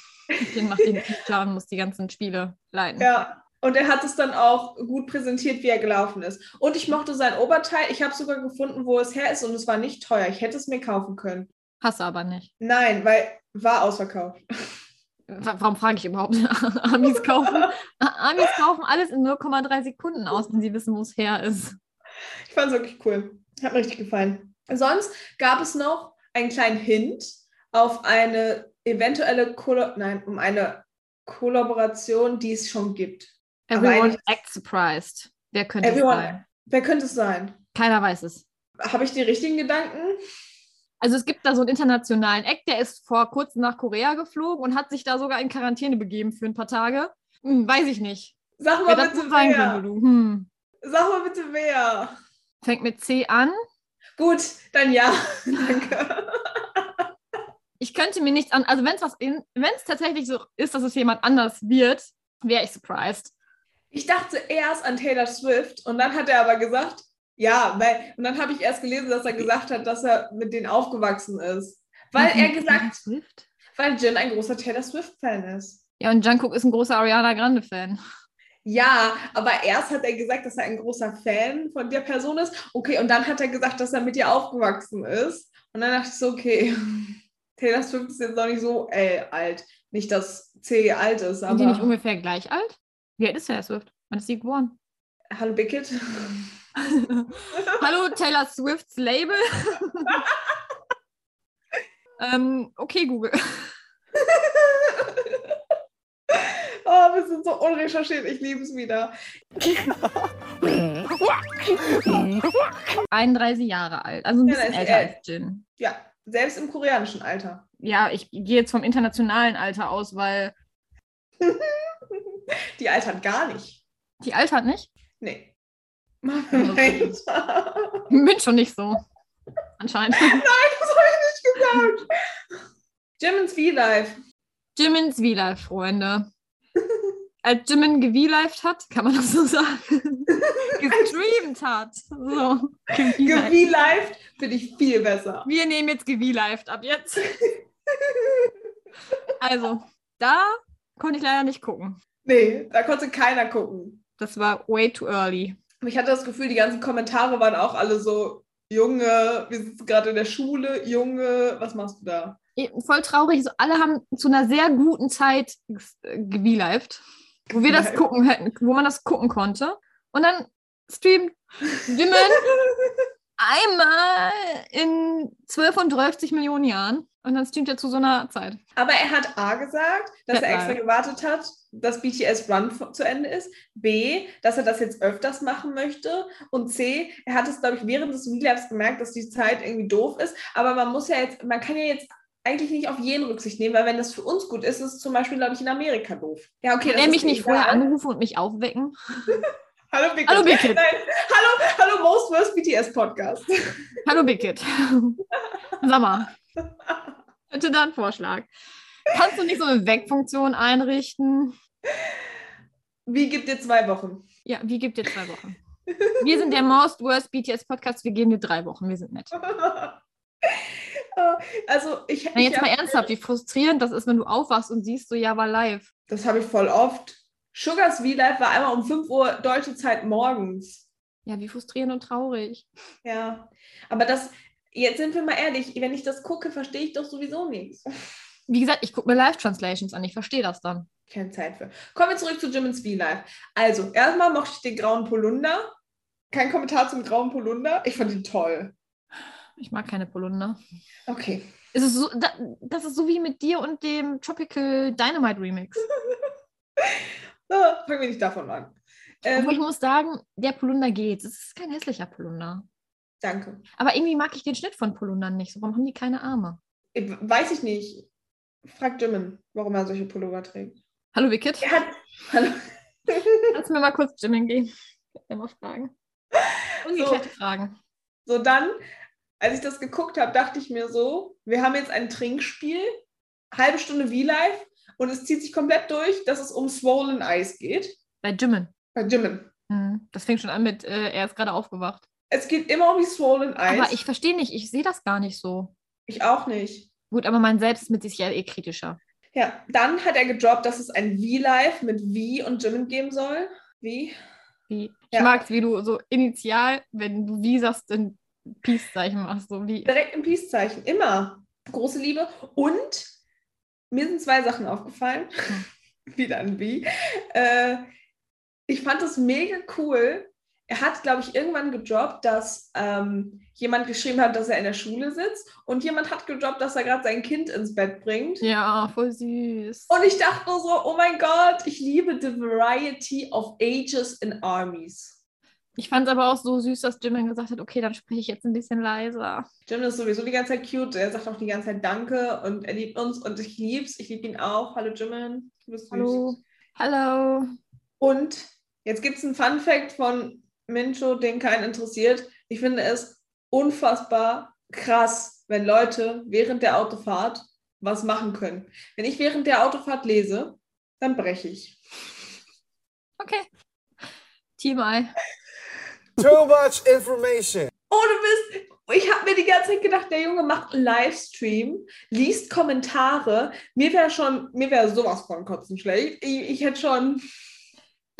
[SPEAKER 3] Jin macht den Plan, muss die ganzen Spiele leiten.
[SPEAKER 4] ja. Und er hat es dann auch gut präsentiert, wie er gelaufen ist. Und ich mochte sein Oberteil. Ich habe sogar gefunden, wo es her ist und es war nicht teuer. Ich hätte es mir kaufen können.
[SPEAKER 3] Hasse aber nicht.
[SPEAKER 4] Nein, weil war ausverkauft.
[SPEAKER 3] Wa- Warum frage ich überhaupt? Amis kaufen, Amis kaufen alles in 0,3 Sekunden aus, wenn sie wissen, wo es her ist.
[SPEAKER 4] Ich fand es wirklich cool. Hat mir richtig gefallen. Sonst gab es noch einen kleinen Hint auf eine eventuelle Kolla Nein, um eine Kollaboration, die es schon gibt. Aber
[SPEAKER 3] Everyone
[SPEAKER 4] eigentlich-
[SPEAKER 3] acts surprised. Wer könnte
[SPEAKER 4] Everyone-
[SPEAKER 3] es sein?
[SPEAKER 4] Wer könnte es sein?
[SPEAKER 3] Keiner weiß es.
[SPEAKER 4] Habe ich die richtigen Gedanken?
[SPEAKER 3] Also es gibt da so einen internationalen Eck, der ist vor kurzem nach Korea geflogen und hat sich da sogar in Quarantäne begeben für ein paar Tage. Hm, weiß ich nicht.
[SPEAKER 4] Sag mal
[SPEAKER 3] Wer das
[SPEAKER 4] bitte
[SPEAKER 3] so sein könnte,
[SPEAKER 4] wer.
[SPEAKER 3] du. Hm.
[SPEAKER 4] Sag mal bitte wer.
[SPEAKER 3] Fängt mit C an.
[SPEAKER 4] Gut, dann ja. Danke.
[SPEAKER 3] ich könnte mir nichts an. Also, wenn es was in, wenn es tatsächlich so ist, dass es jemand anders wird, wäre ich surprised.
[SPEAKER 4] Ich dachte erst an Taylor Swift und dann hat er aber gesagt, ja, weil, und dann habe ich erst gelesen, dass er gesagt hat, dass er mit denen aufgewachsen ist. Weil er
[SPEAKER 3] Mhm.
[SPEAKER 4] gesagt,
[SPEAKER 3] Swift?
[SPEAKER 4] weil Jin ein großer Taylor Swift-Fan ist.
[SPEAKER 3] Ja, und Jungkook ist ein großer Ariana Grande-Fan.
[SPEAKER 4] Ja, aber erst hat er gesagt, dass er ein großer Fan von der Person ist. Okay, und dann hat er gesagt, dass er mit ihr aufgewachsen ist. Und dann dachte ich so, okay, Taylor Swift ist jetzt noch nicht so äh, alt. Nicht, dass C alt ist,
[SPEAKER 3] Sind die nicht
[SPEAKER 4] aber.
[SPEAKER 3] ungefähr gleich alt? Wie alt ist Taylor Swift? Wann ist sie geboren? um-
[SPEAKER 4] Hallo Bickett.
[SPEAKER 3] Hallo Taylor Swifts Label. ähm, okay, Google.
[SPEAKER 4] Oh, wir sind so unrecherchiert, ich liebe es wieder.
[SPEAKER 3] 31 Jahre alt, also ein
[SPEAKER 4] Ja,
[SPEAKER 3] bisschen
[SPEAKER 4] das ist
[SPEAKER 3] älter
[SPEAKER 4] elf.
[SPEAKER 3] als Jin.
[SPEAKER 4] Ja, selbst im koreanischen Alter.
[SPEAKER 3] Ja, ich gehe jetzt vom internationalen Alter aus, weil
[SPEAKER 4] Die altern gar nicht.
[SPEAKER 3] die altert nicht.
[SPEAKER 4] Nee.
[SPEAKER 3] Also,
[SPEAKER 4] Nein, das habe
[SPEAKER 3] Bin schon nicht so. Anscheinend.
[SPEAKER 4] ich nicht gesagt. Jimin's V-Life.
[SPEAKER 3] Jimmins V-Live, Freunde. Als Jimin gewelived hat, kann man das so sagen, gestreamt hat. So. Gewelived.
[SPEAKER 4] V-Life finde ich viel besser.
[SPEAKER 3] Wir nehmen jetzt gewelived ab jetzt. Also, da konnte ich leider nicht gucken.
[SPEAKER 4] Nee, da konnte keiner gucken.
[SPEAKER 3] Das war way too early.
[SPEAKER 4] Und Ich hatte das Gefühl, die ganzen Kommentare waren auch alle so, Junge, wir sitzen gerade in der Schule, Junge, was machst du da?
[SPEAKER 3] Eh, Voll traurig. So, alle haben zu einer sehr guten Zeit ges- äh, gewelived, wo wir das
[SPEAKER 4] Nein.
[SPEAKER 3] gucken hätten, wo man das gucken konnte. Und dann streamt Jimin einmal in 12 und 30 Millionen Jahren. Und dann streamt er zu so einer Zeit.
[SPEAKER 4] Aber er hat A gesagt, dass er
[SPEAKER 3] Deadline.
[SPEAKER 4] extra gewartet hat, dass BTS Run f- zu Ende ist. B, dass er das jetzt öfters machen möchte. Und C, er hat es, glaube ich, während des Relapse gemerkt, dass die Zeit irgendwie doof ist. Aber man muss ja jetzt, man kann ja jetzt eigentlich nicht auf jeden Rücksicht nehmen, weil wenn das für uns gut ist, ist es zum Beispiel, glaube ich, in Amerika doof. Ja, okay.
[SPEAKER 3] Kann
[SPEAKER 4] das
[SPEAKER 3] er
[SPEAKER 4] ist
[SPEAKER 3] mich nicht
[SPEAKER 4] egal.
[SPEAKER 3] vorher anrufen und mich aufwecken?
[SPEAKER 4] Hallo, Big
[SPEAKER 3] Hallo, Big Kid.
[SPEAKER 4] Nein, hallo, hallo, Most Worst BTS Podcast.
[SPEAKER 3] Hallo, Bickett. Sag mal. Bitte da einen Vorschlag. Kannst du nicht so eine Wegfunktion einrichten?
[SPEAKER 4] Wie gibt dir zwei Wochen?
[SPEAKER 3] Ja, wie gibt dir zwei Wochen? Wir sind der Most Worst BTS Podcast. Wir geben dir drei Wochen. Wir sind nett.
[SPEAKER 4] Also, ich.
[SPEAKER 3] Na, jetzt
[SPEAKER 4] ich
[SPEAKER 3] mal ernsthaft, wie frustrierend das ist, wenn du aufwachst und siehst, so, ja, war live.
[SPEAKER 4] Das habe ich voll oft. Sugars V-Live war einmal um 5 Uhr deutsche Zeit morgens.
[SPEAKER 3] Ja, wie frustrierend und traurig.
[SPEAKER 4] Ja. Aber das, jetzt sind wir mal ehrlich, wenn ich das gucke, verstehe ich doch sowieso nichts.
[SPEAKER 3] Wie gesagt, ich gucke mir Live-Translations an. Ich verstehe das dann.
[SPEAKER 4] Keine Zeit für. Kommen wir zurück zu Jimin's V-Live. Also, erstmal mochte ich den grauen Polunder. Kein Kommentar zum grauen Polunder. Ich fand ihn toll.
[SPEAKER 3] Ich mag keine Polunder.
[SPEAKER 4] Okay.
[SPEAKER 3] Es ist so, da, das ist so wie mit dir und dem Tropical Dynamite Remix.
[SPEAKER 4] Ah, fangen wir nicht davon an.
[SPEAKER 3] Aber ich
[SPEAKER 4] Ähm,
[SPEAKER 3] muss sagen, der Polunder geht. Es ist kein hässlicher Polunder.
[SPEAKER 4] danke.
[SPEAKER 3] Aber irgendwie mag ich den Schnitt von Polundern nicht. So, warum haben die keine Arme?
[SPEAKER 4] Ich, weiß ich nicht. Frag Jimin, warum er solche Pullover trägt.
[SPEAKER 3] Hallo, Wicked.
[SPEAKER 4] Er hat. Hallo.
[SPEAKER 3] Kannst du mir mal kurz Jimin gehen? Immer Fragen. Ungeklärte Fragen.
[SPEAKER 4] So dann, als ich das geguckt habe, dachte ich mir so, wir haben jetzt ein Trinkspiel, halbe Stunde V-Live und es zieht sich komplett durch, dass es um Swollen Eyes geht.
[SPEAKER 3] Bei Jimin.
[SPEAKER 4] Bei Jimin.
[SPEAKER 3] Mhm. Das fängt schon an mit, äh, er ist gerade aufgewacht.
[SPEAKER 4] Es geht immer um die Swollen Eyes.
[SPEAKER 3] Aber ich verstehe nicht, ich sehe das gar nicht so.
[SPEAKER 4] ich auch nicht.
[SPEAKER 3] Gut, aber man selbst ist mit sich ja eh kritischer.
[SPEAKER 4] Ja, dann hat er gedroppt, dass es ein V-Live mit V und Jimin geben soll. Wie?
[SPEAKER 3] Wie,
[SPEAKER 4] Ja.
[SPEAKER 3] Ich mag es, wie du so initial, wenn du wie sagst, ein Peace-Zeichen machst. So wie,
[SPEAKER 4] Direkt im Peace-Zeichen, immer. Große Liebe. Und mir sind zwei Sachen aufgefallen. Wieder ein Wie. Äh, ich fand das mega cool. Er hat, glaube ich, irgendwann gedroppt, dass ähm, jemand geschrieben hat, dass er in der Schule sitzt und jemand hat gedroppt, dass er gerade sein Kind ins Bett bringt.
[SPEAKER 3] ja, voll süß.
[SPEAKER 4] Und ich dachte nur so, oh mein Gott, ich liebe the variety of ages in armies.
[SPEAKER 3] Ich fand es aber auch so süß, dass Jimin gesagt hat, okay, dann spreche ich jetzt ein bisschen leiser.
[SPEAKER 4] Jim ist sowieso die ganze Zeit cute. Er sagt auch die ganze Zeit Danke und er liebt uns und ich lieb's. Ich liebe ihn auch. Hallo Jimin, du bist süß.
[SPEAKER 3] Hallo. Hallo.
[SPEAKER 4] Und jetzt gibt's einen Fun Fact von Mincho, den keinen interessiert. Ich finde es unfassbar krass, wenn Leute während der Autofahrt was machen können. Wenn ich während der Autofahrt lese, dann breche ich.
[SPEAKER 3] Okay. Team Ei.
[SPEAKER 7] Too much information.
[SPEAKER 4] Ohne Mist. Ich habe mir die ganze Zeit gedacht, der Junge macht einen Livestream, liest Kommentare. Mir wäre schon, mir wäre sowas von kotzen schlecht. Ich, ich hätte schon,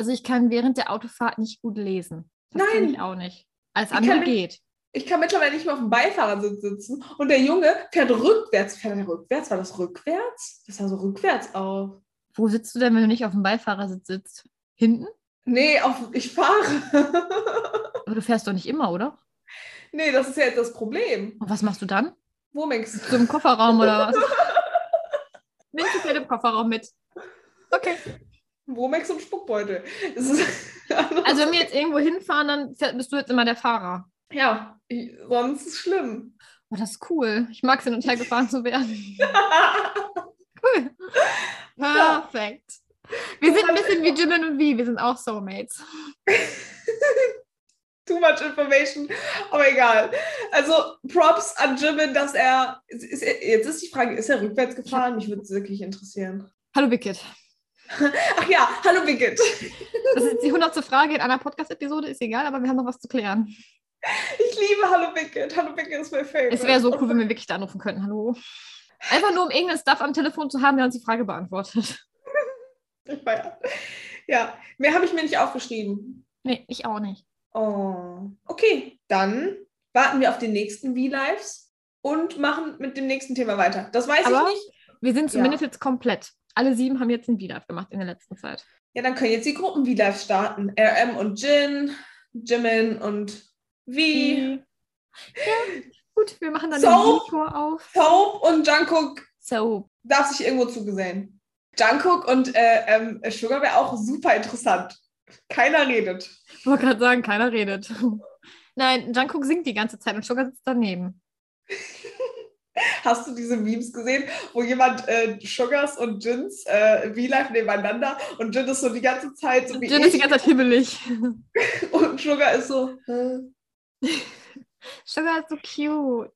[SPEAKER 3] Also ich kann während der Autofahrt nicht gut lesen. Das kann
[SPEAKER 4] Nein.
[SPEAKER 3] ich auch nicht. Alles
[SPEAKER 4] Ich
[SPEAKER 3] andere
[SPEAKER 4] kann mit-
[SPEAKER 3] geht.
[SPEAKER 4] ich kann mittlerweile nicht mehr auf dem Beifahrersitz sitzen und der Junge fährt rückwärts. Fährt er rückwärts? War das rückwärts? Das sah so rückwärts auf.
[SPEAKER 3] Wo sitzt du denn, wenn du nicht auf dem Beifahrersitz sitzt? Hinten?
[SPEAKER 4] Nee, auf, ich fahre.
[SPEAKER 3] Aber du fährst doch nicht immer, oder?
[SPEAKER 4] nee, das ist ja jetzt das Problem.
[SPEAKER 3] Und was machst du dann?
[SPEAKER 4] Wo merkst
[SPEAKER 3] So im Kofferraum oder was? Nimmst du fährt im Kofferraum mit. Okay.
[SPEAKER 4] Womex und Spuckbeutel. Es ist
[SPEAKER 3] Also wenn wir jetzt irgendwo hinfahren, dann fährt- bist du jetzt immer der Fahrer.
[SPEAKER 4] ja, ich, sonst ist es schlimm.
[SPEAKER 3] Oh, das ist cool. Ich mag es hin und her gefahren zu werden. Cool. Perfekt. Wir sind ein bisschen wie Jimin und Wie. Wir sind auch Soulmates.
[SPEAKER 4] Too much information, aber egal. Also Props an Jimin, dass er, ist er. Jetzt ist die Frage, ist er rückwärts gefahren? Mich würde es wirklich interessieren.
[SPEAKER 3] Hallo Wicked.
[SPEAKER 4] Ach ja, hallo Birgit.
[SPEAKER 3] Das ist die hundertste Frage in einer Podcast-Episode, ist egal, aber wir haben noch was zu klären.
[SPEAKER 4] Ich liebe Hallo Birgit. Hallo Birgit ist mein Favorite.
[SPEAKER 3] Es wäre so cool, wenn wir wirklich da anrufen könnten. Hallo. Einfach nur, um irgendeinen Stuff am Telefon zu haben, der uns die Frage beantwortet.
[SPEAKER 4] Ich war ja- Ja, mehr habe ich mir nicht aufgeschrieben.
[SPEAKER 3] Nee, ich auch nicht.
[SPEAKER 4] Oh. Okay, dann warten wir auf den nächsten V-Lives und machen mit dem nächsten Thema weiter. Das weiß
[SPEAKER 3] Aber-
[SPEAKER 4] ich nicht.
[SPEAKER 3] Wir sind
[SPEAKER 4] Ja.
[SPEAKER 3] zumindest jetzt komplett. Alle sieben haben jetzt ein V-Live gemacht in der letzten Zeit.
[SPEAKER 4] Ja, dann können jetzt die Gruppen wieder starten. RM und Jin, Jimin und V,
[SPEAKER 3] Gut, wir machen dann
[SPEAKER 4] So.
[SPEAKER 3] den Monitor auf.
[SPEAKER 4] Hope und Jungkook
[SPEAKER 3] So,
[SPEAKER 4] darf sich irgendwo zugesehen. Jungkook und äh, ähm, Sugar wäre auch super interessant. Keiner redet.
[SPEAKER 3] ich wollte gerade sagen, keiner redet. Nein, Jungkook singt die ganze Zeit und Sugar sitzt daneben.
[SPEAKER 4] Hast du diese Memes gesehen, wo jemand äh, Sugars und Jins äh, V-Live nebeneinander und Jin ist so die ganze Zeit so wie
[SPEAKER 3] Jin ist die
[SPEAKER 4] ich
[SPEAKER 3] ganze Zeit hibbelig.
[SPEAKER 4] und Sugar ist so äh,
[SPEAKER 3] Sugar ist so cute.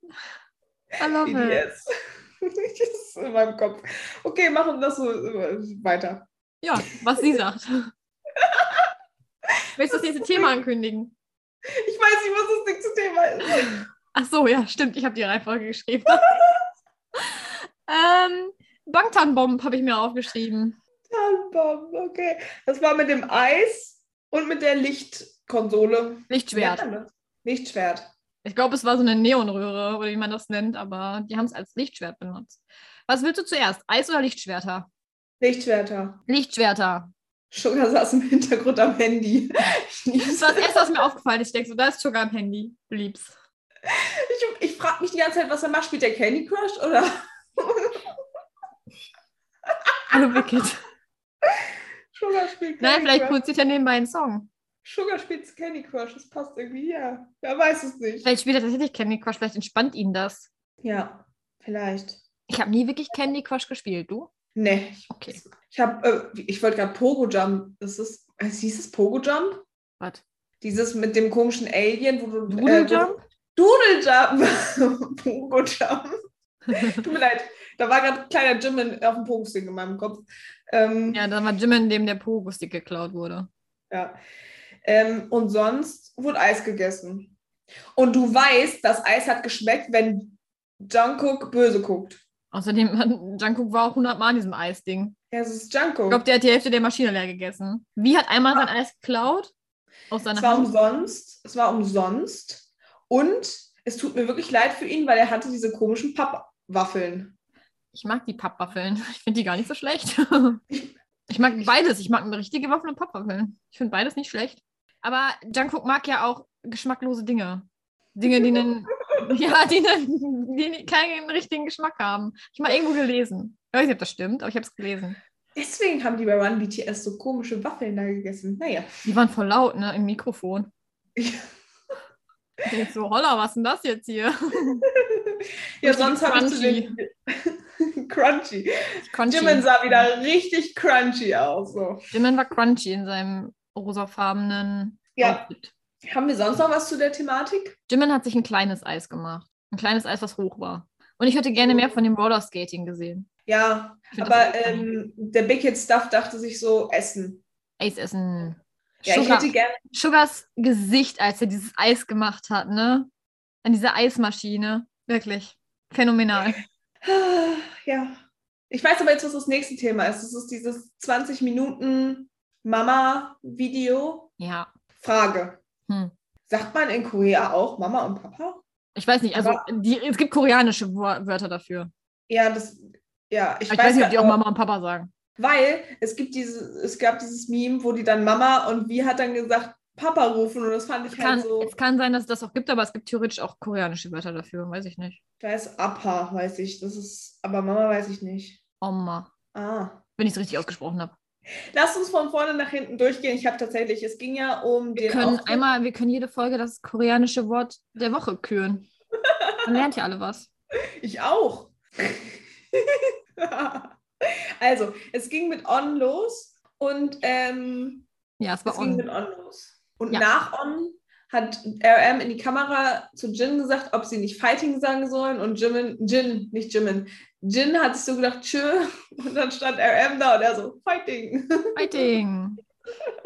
[SPEAKER 3] I love it.
[SPEAKER 4] BDS. das ist in meinem Kopf. Okay, machen das so äh, weiter.
[SPEAKER 3] Ja, was sie sagt. Willst du das nächste Thema ankündigen?
[SPEAKER 4] Ich weiß nicht, was das nächste Thema ist.
[SPEAKER 3] Ach so, ja, stimmt. Ich habe die Reihenfolge geschrieben. ähm, Bangtan-Bomb habe ich mir aufgeschrieben.
[SPEAKER 4] Tannenbaum, okay. Das war mit dem Eis und mit der Lichtkonsole.
[SPEAKER 3] Lichtschwert.
[SPEAKER 4] Nennt man das? Lichtschwert.
[SPEAKER 3] Ich glaube, es war so eine Neonröhre oder wie man das nennt, aber die haben es als Lichtschwert benutzt. Was willst du zuerst? Eis oder Lichtschwerter?
[SPEAKER 4] Lichtschwerter.
[SPEAKER 3] Lichtschwerter.
[SPEAKER 4] Sugar saß im Hintergrund am Handy.
[SPEAKER 3] Das war das erste, was mir aufgefallen ist. Ich denke so, da ist Sugar am Handy. Du liebst.
[SPEAKER 4] Ich, ich frage mich die ganze Zeit, was er macht. Spielt der Candy Crush oder?
[SPEAKER 3] Hallo, Wicked.
[SPEAKER 4] Sugar spielt
[SPEAKER 3] Nein,
[SPEAKER 4] Candy
[SPEAKER 3] vielleicht
[SPEAKER 4] Crush.
[SPEAKER 3] produziert er nebenbei einen Song.
[SPEAKER 4] Sugar spielt Candy Crush. Das passt irgendwie, ja. Wer weiß es nicht.
[SPEAKER 3] Vielleicht spielt er tatsächlich Candy Crush, vielleicht entspannt ihn das.
[SPEAKER 4] Ja, vielleicht.
[SPEAKER 3] Ich habe nie wirklich Candy Crush gespielt, du?
[SPEAKER 4] Nee.
[SPEAKER 3] Okay.
[SPEAKER 4] Ich habe, äh, ich wollte gerade Pogo Jump. Das ist, es hieß es Pogo Jump?
[SPEAKER 3] Was?
[SPEAKER 4] Dieses mit dem komischen Alien, wo du.
[SPEAKER 3] Doodle
[SPEAKER 4] wo-
[SPEAKER 3] Jump?
[SPEAKER 4] Doodle-Jump. Pogo-Jump. Tut mir leid, da war gerade ein kleiner Jimin auf dem Pogo-Stick in meinem Kopf. Ähm, ja.
[SPEAKER 3] Ja, dann war Jimin, dem der Pogo-Stick geklaut wurde.
[SPEAKER 4] Ähm, und sonst wurde Eis gegessen. Und du weißt, das Eis hat geschmeckt, wenn Jungkook böse guckt.
[SPEAKER 3] Außerdem, Jungkook war auch 100 Mal in diesem Eisding.
[SPEAKER 4] Ja, es ist
[SPEAKER 3] Ich
[SPEAKER 4] Jungkook.
[SPEAKER 3] glaube, der hat die Hälfte der Maschine leer gegessen. Wie hat einmal sein Eis geklaut? Aus seiner
[SPEAKER 4] es war um
[SPEAKER 3] Hand.
[SPEAKER 4] umsonst. Es war umsonst. Und es tut mir wirklich leid für ihn, weil er hatte diese komischen Pappwaffeln.
[SPEAKER 3] Ich mag die Pappwaffeln. Ich finde die gar nicht so schlecht. Ich mag beides. Ich mag eine richtige Waffel und Pappwaffeln. Ich finde beides nicht schlecht. Aber Jungkook mag ja auch geschmacklose Dinge. Dinge, die einen, ja, die, einen, die keinen richtigen Geschmack haben. Ich habe mal irgendwo gelesen. Ich weiß nicht, ob das stimmt, aber ich habe es gelesen.
[SPEAKER 4] Deswegen haben die bei Run BTS so komische Waffeln da gegessen. Naja.
[SPEAKER 3] Die waren voll laut, ne, im Mikrofon. Ich denk so, holla, was ist denn das jetzt hier?
[SPEAKER 4] Ja,
[SPEAKER 3] Richtig
[SPEAKER 4] sonst habe ich zu
[SPEAKER 3] crunchy.
[SPEAKER 4] den crunchy.
[SPEAKER 3] Crunchy.
[SPEAKER 4] Jimin sah wieder richtig crunchy aus. So.
[SPEAKER 3] Jimin war crunchy in seinem rosafarbenen
[SPEAKER 4] Ja.
[SPEAKER 3] Outfit.
[SPEAKER 4] Haben wir sonst noch was zu der Thematik?
[SPEAKER 3] Jimin hat sich ein kleines Eis gemacht. Ein kleines Eis, was hoch war. Und ich hätte gerne mehr von dem Rollerskating gesehen.
[SPEAKER 4] Ja,
[SPEAKER 3] Ich find das
[SPEAKER 4] aber
[SPEAKER 3] echt geil.
[SPEAKER 4] ähm, der Big Hit Stuff dachte sich so, Essen.
[SPEAKER 3] Eis essen.
[SPEAKER 4] Ja, ich
[SPEAKER 3] Sugar,
[SPEAKER 4] hätte gerne.
[SPEAKER 3] Sugars Gesicht, als er dieses Eis gemacht hat, ne? An dieser Eismaschine. Wirklich. Phänomenal.
[SPEAKER 4] Ja. Ich weiß aber jetzt, was das nächste Thema ist. Das ist dieses 20 Minuten Mama-Video.
[SPEAKER 3] Ja.
[SPEAKER 4] Frage.
[SPEAKER 3] Hm.
[SPEAKER 4] Sagt man in Korea auch Mama und Papa?
[SPEAKER 3] Ich weiß nicht, also die, es gibt koreanische Wor- Wörter dafür.
[SPEAKER 4] Ja, das. Ja, ich,
[SPEAKER 3] Ich, weiß nicht, ob die auch
[SPEAKER 4] gar-
[SPEAKER 3] Mama und Papa sagen.
[SPEAKER 4] Weil es gibt diese, es gab dieses Meme, wo die dann Mama und wie hat dann gesagt, Papa rufen und das fand ich
[SPEAKER 3] Es
[SPEAKER 4] halt
[SPEAKER 3] kann,
[SPEAKER 4] so,
[SPEAKER 3] es kann sein, dass es das auch gibt, aber es gibt theoretisch auch koreanische Wörter dafür. Weiß ich nicht.
[SPEAKER 4] da ist Appa, weiß ich. Das ist, aber Mama weiß ich nicht.
[SPEAKER 3] Oma,
[SPEAKER 4] Ah.
[SPEAKER 3] wenn ich es richtig ausgesprochen habe.
[SPEAKER 4] Lass uns von vorne nach hinten durchgehen. Ich habe tatsächlich, es ging ja um
[SPEAKER 3] Wir
[SPEAKER 4] den
[SPEAKER 3] können
[SPEAKER 4] Auftritt.
[SPEAKER 3] einmal, wir können jede Folge das koreanische Wort der Woche küren. Dann lernt ihr alle was.
[SPEAKER 4] Ich auch. also, es ging mit On los und ähm,
[SPEAKER 3] Ja, es war
[SPEAKER 4] es ging mit
[SPEAKER 3] on.
[SPEAKER 4] On los. Und
[SPEAKER 3] Ja.
[SPEAKER 4] nach On hat RM in die Kamera zu Jin gesagt, ob sie nicht Fighting sagen sollen und Jimin, Jin, nicht Jimin, Jin hat sich so gedacht, tschö, und dann stand RM da und er so, Fighting.
[SPEAKER 3] Fighting.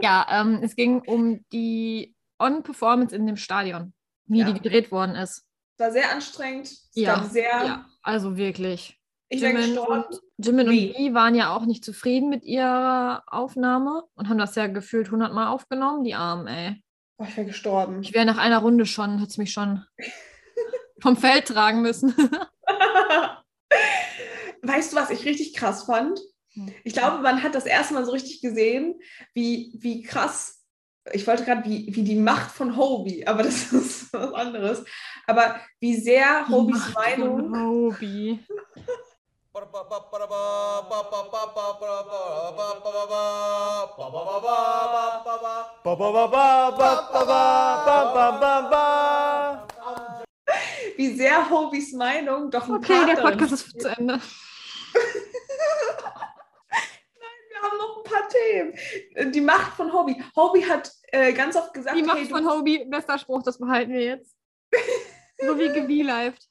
[SPEAKER 3] Ja, ähm, es ging um die On-Performance in dem Stadion, wie
[SPEAKER 4] Ja.
[SPEAKER 3] die gedreht worden ist.
[SPEAKER 4] Es war sehr anstrengend, es
[SPEAKER 3] Ja,
[SPEAKER 4] gab sehr,
[SPEAKER 3] Ja, also wirklich.
[SPEAKER 4] ich bin
[SPEAKER 3] Jimin
[SPEAKER 4] gestorben.
[SPEAKER 3] und, Jimin und
[SPEAKER 4] Wie?
[SPEAKER 3] Lee waren ja auch nicht zufrieden mit ihrer Aufnahme und haben das ja gefühlt hundertmal aufgenommen, die Armen, ey.
[SPEAKER 4] Boah, ich wäre gestorben.
[SPEAKER 3] Ich wäre nach einer Runde schon, hätte mich schon vom Feld tragen müssen.
[SPEAKER 4] Weißt du, was ich richtig krass fand?
[SPEAKER 3] Hm.
[SPEAKER 4] Ich glaube, man hat das erste Mal so richtig gesehen, wie, wie krass, ich wollte gerade, wie, wie die Macht von Hobie, aber das ist was anderes, aber wie sehr Hobies Meinung,
[SPEAKER 3] Hobie.
[SPEAKER 4] wie sehr Hobies Meinung doch ein
[SPEAKER 3] Okay, der
[SPEAKER 4] Part darin
[SPEAKER 3] Podcast ist zu Ende.
[SPEAKER 4] Wir haben noch ein paar Themen. Die Macht von Hobie. Hobie hat äh, ganz oft gesagt,
[SPEAKER 3] Die Macht
[SPEAKER 4] hey, du-
[SPEAKER 3] von Hobie, bester Spruch, das behalten wir jetzt. so wie Gewee-Lived.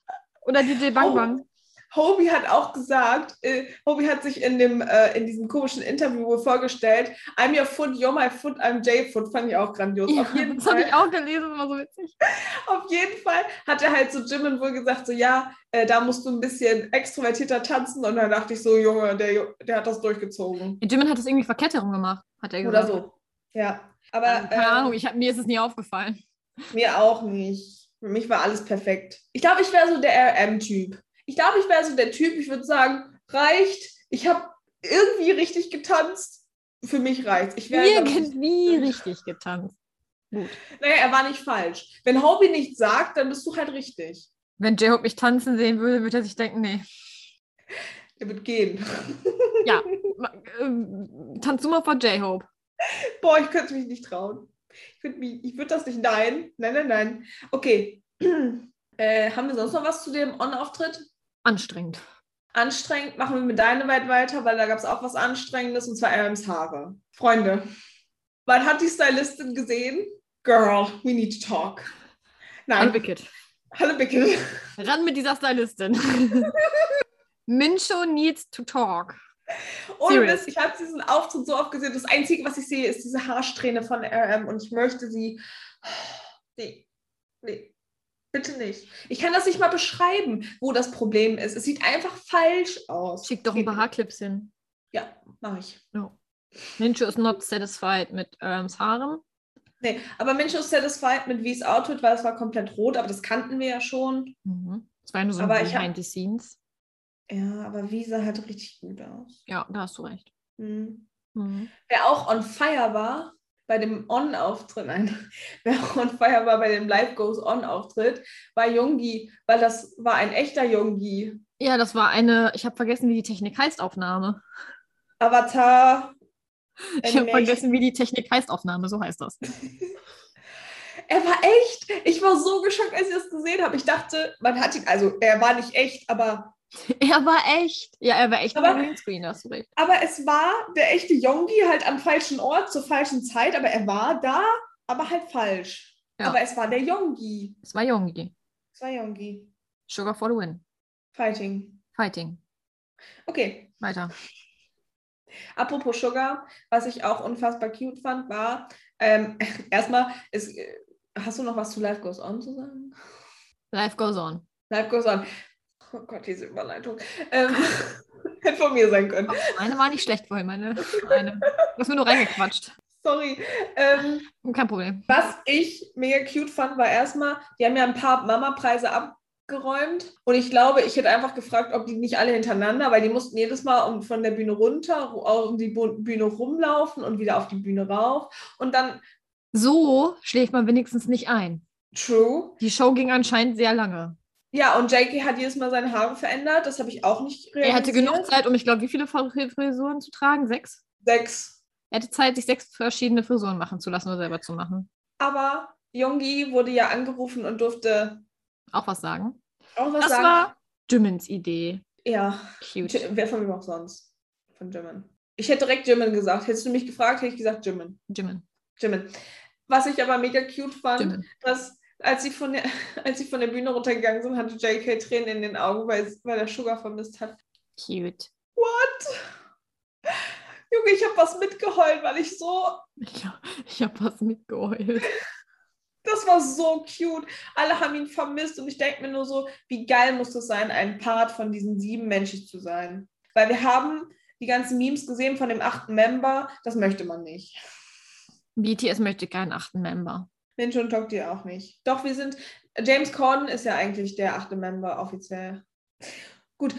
[SPEAKER 3] Oder die
[SPEAKER 4] Oh,
[SPEAKER 3] Bang Bang.
[SPEAKER 4] Hobie hat auch gesagt, äh, Hobie hat sich in, dem, äh, in diesem komischen Interview wohl vorgestellt, I'm your foot, you're my foot, I'm J foot, fand ich auch grandios.
[SPEAKER 3] Ja,
[SPEAKER 4] auf, jeden
[SPEAKER 3] das habe
[SPEAKER 4] Fall,
[SPEAKER 3] ich auch gelesen, das war so witzig.
[SPEAKER 4] auf jeden Fall hat er halt so Jimin wohl gesagt, so ja, äh, da musst du ein bisschen extrovertierter tanzen und dann dachte ich so, Junge, der, Ju- der hat das durchgezogen.
[SPEAKER 3] Jimin hat das irgendwie Verketterung gemacht, hat er
[SPEAKER 4] Oder
[SPEAKER 3] gesagt.
[SPEAKER 4] so. Ja, aber
[SPEAKER 3] Ähm, Keine
[SPEAKER 4] äh,
[SPEAKER 3] Ahnung, ich hab, mir ist es nie aufgefallen.
[SPEAKER 4] mir auch nicht. Für mich war alles perfekt. Ich glaube, ich wäre so der RM-Typ. Ich glaube, ich wäre so der Typ, ich würde sagen, reicht, ich habe irgendwie richtig getanzt. Für mich reicht. Ich wäre
[SPEAKER 3] Irgendwie richtig getanzt.
[SPEAKER 4] Naja, er war nicht falsch. Wenn Hobby nichts sagt, dann bist du halt richtig.
[SPEAKER 3] Wenn J-Hope mich tanzen sehen würde, würde er sich denken, nee.
[SPEAKER 4] Er wird gehen.
[SPEAKER 3] Ma- ähm, Tanz du mal vor J-Hope.
[SPEAKER 4] Boah, ich könnte mich nicht trauen. Ich würde ich würd das nicht. Nein, nein, nein, nein. Okay. äh, haben wir sonst noch was zu dem On-Auftritt?
[SPEAKER 3] Anstrengend.
[SPEAKER 4] Anstrengend machen wir mit Dynamite weiter, weil da gab es auch was Anstrengendes und zwar Adams Haare. Freunde, man hat die Stylistin gesehen. Girl, we need to talk.
[SPEAKER 3] Ein
[SPEAKER 4] Nein,
[SPEAKER 3] Wicked.
[SPEAKER 4] hallo Bickel.
[SPEAKER 3] Ran mit dieser Stylistin. Minsho needs to talk.
[SPEAKER 4] Ohne
[SPEAKER 3] Serious.
[SPEAKER 4] Mist, ich habe diesen Auftritt so oft gesehen. Das Einzige, was ich sehe, ist diese Haarsträhne von RM und ich möchte sie. Nee, nee, bitte nicht. Ich kann das nicht mal beschreiben, wo das Problem ist. Es sieht einfach falsch aus.
[SPEAKER 3] Schick doch ein paar Haarclips hin.
[SPEAKER 4] Ja, mache ich.
[SPEAKER 3] Minshu is not satisfied mit Erms Haaren.
[SPEAKER 4] Nee, aber Mensch ist satisfied mit Wies Outfit, weil es war komplett rot, aber das kannten wir ja schon.
[SPEAKER 3] Mhm. Das war ja nur so ein
[SPEAKER 4] Aber ich hab-
[SPEAKER 3] Behind the Scenes.
[SPEAKER 4] Ja, aber Wie sah halt richtig gut aus.
[SPEAKER 3] Ja, da hast du recht.
[SPEAKER 4] Hm.
[SPEAKER 3] Mhm.
[SPEAKER 4] Wer auch on fire war bei dem On-Auftritt, nein, wer auch on fire war bei dem Live Goes On-Auftritt, war Jungi, weil das war ein echter Jungi.
[SPEAKER 3] Ja, das war eine, ich habe vergessen, wie die Technik heißt, Aufnahme.
[SPEAKER 4] Avatar.
[SPEAKER 3] Ich habe
[SPEAKER 4] Animation.
[SPEAKER 3] vergessen, wie die Technik heißt, Aufnahme, so heißt das.
[SPEAKER 4] Er war echt. Ich war so geschockt, als ich das gesehen habe. Ich dachte, man hat ihn, also er war nicht echt, aber,
[SPEAKER 3] Er war echt. Ja, er war echt
[SPEAKER 4] Aber-
[SPEAKER 3] im Greenscreen, da hast du recht.
[SPEAKER 4] aber es war der echte Jongi halt am falschen Ort zur falschen Zeit, aber er war da, aber halt falsch.
[SPEAKER 3] Ja.
[SPEAKER 4] Aber es war der Jongi.
[SPEAKER 3] Es war Yongi.
[SPEAKER 4] Es war Jongi.
[SPEAKER 3] Sugar for the win.
[SPEAKER 4] Fighting.
[SPEAKER 3] Fighting.
[SPEAKER 4] Okay.
[SPEAKER 3] Weiter.
[SPEAKER 4] Apropos Sugar, was ich auch unfassbar cute fand, war, ähm, erstmal, ist, hast du noch was zu Life Goes On zu sagen?
[SPEAKER 3] Life goes on.
[SPEAKER 4] Life Goes On. Oh Gott, diese Überleitung. Ähm, hätte von mir sein können.
[SPEAKER 3] Meine war nicht schlecht vorhin, meine. meine. Du hast mir nur reingequatscht.
[SPEAKER 4] Sorry. Ähm,
[SPEAKER 3] Kein Problem.
[SPEAKER 4] was ich mega cute fand, war erstmal, die haben ja ein paar Mama-Preise abgeräumt. Und ich glaube, ich hätte einfach gefragt, ob die nicht alle hintereinander, weil die mussten jedes Mal um, von der Bühne runter, ru- um die Bu- Bühne rumlaufen und wieder auf die Bühne rauf. Und dann,
[SPEAKER 3] So schläft man wenigstens nicht ein.
[SPEAKER 4] true.
[SPEAKER 3] Die Show ging anscheinend sehr lange.
[SPEAKER 4] Ja, und Jakey hat jedes Mal seine Haare verändert. Das habe ich auch nicht
[SPEAKER 3] Er hatte genug Zeit, um, ich glaube, wie viele Frisuren zu tragen? Sechs?
[SPEAKER 4] Sechs.
[SPEAKER 3] Er hatte Zeit, sich sechs verschiedene Frisuren machen zu lassen oder selber zu machen.
[SPEAKER 4] Aber Yongi wurde ja angerufen und durfte
[SPEAKER 3] Auch was sagen.
[SPEAKER 4] auch was
[SPEAKER 3] Das
[SPEAKER 4] sagen.
[SPEAKER 3] war Jimmins Idee.
[SPEAKER 4] ja,
[SPEAKER 3] Cute.
[SPEAKER 4] J- wer von wem auch sonst? Von Jimin. Ich hätte direkt Jimin gesagt. Hättest du mich gefragt, hätte ich gesagt Jimin.
[SPEAKER 3] Jimin.
[SPEAKER 4] Jimin. Was ich aber mega cute fand,
[SPEAKER 3] Jimin.
[SPEAKER 4] dass als sie, von der, als sie von der Bühne runtergegangen sind, hatte JK Tränen in den Augen, weil, weil er Sugar vermisst hat.
[SPEAKER 3] Cute.
[SPEAKER 4] What? Junge, ich habe was mitgeheult, weil ich so
[SPEAKER 3] Ich, hab- ich habe was mitgeheult.
[SPEAKER 4] Das war so cute. Alle haben ihn vermisst und ich denke mir nur so, wie geil muss das sein, ein Part von diesen sieben Menschen zu sein. Weil wir haben die ganzen Memes gesehen von dem achten Member, das möchte man nicht.
[SPEAKER 3] BTS möchte keinen achten Member.
[SPEAKER 4] Ninja und Tokti auch nicht. Doch, wir sind, James Corden ist ja eigentlich der achte Member offiziell. Gut,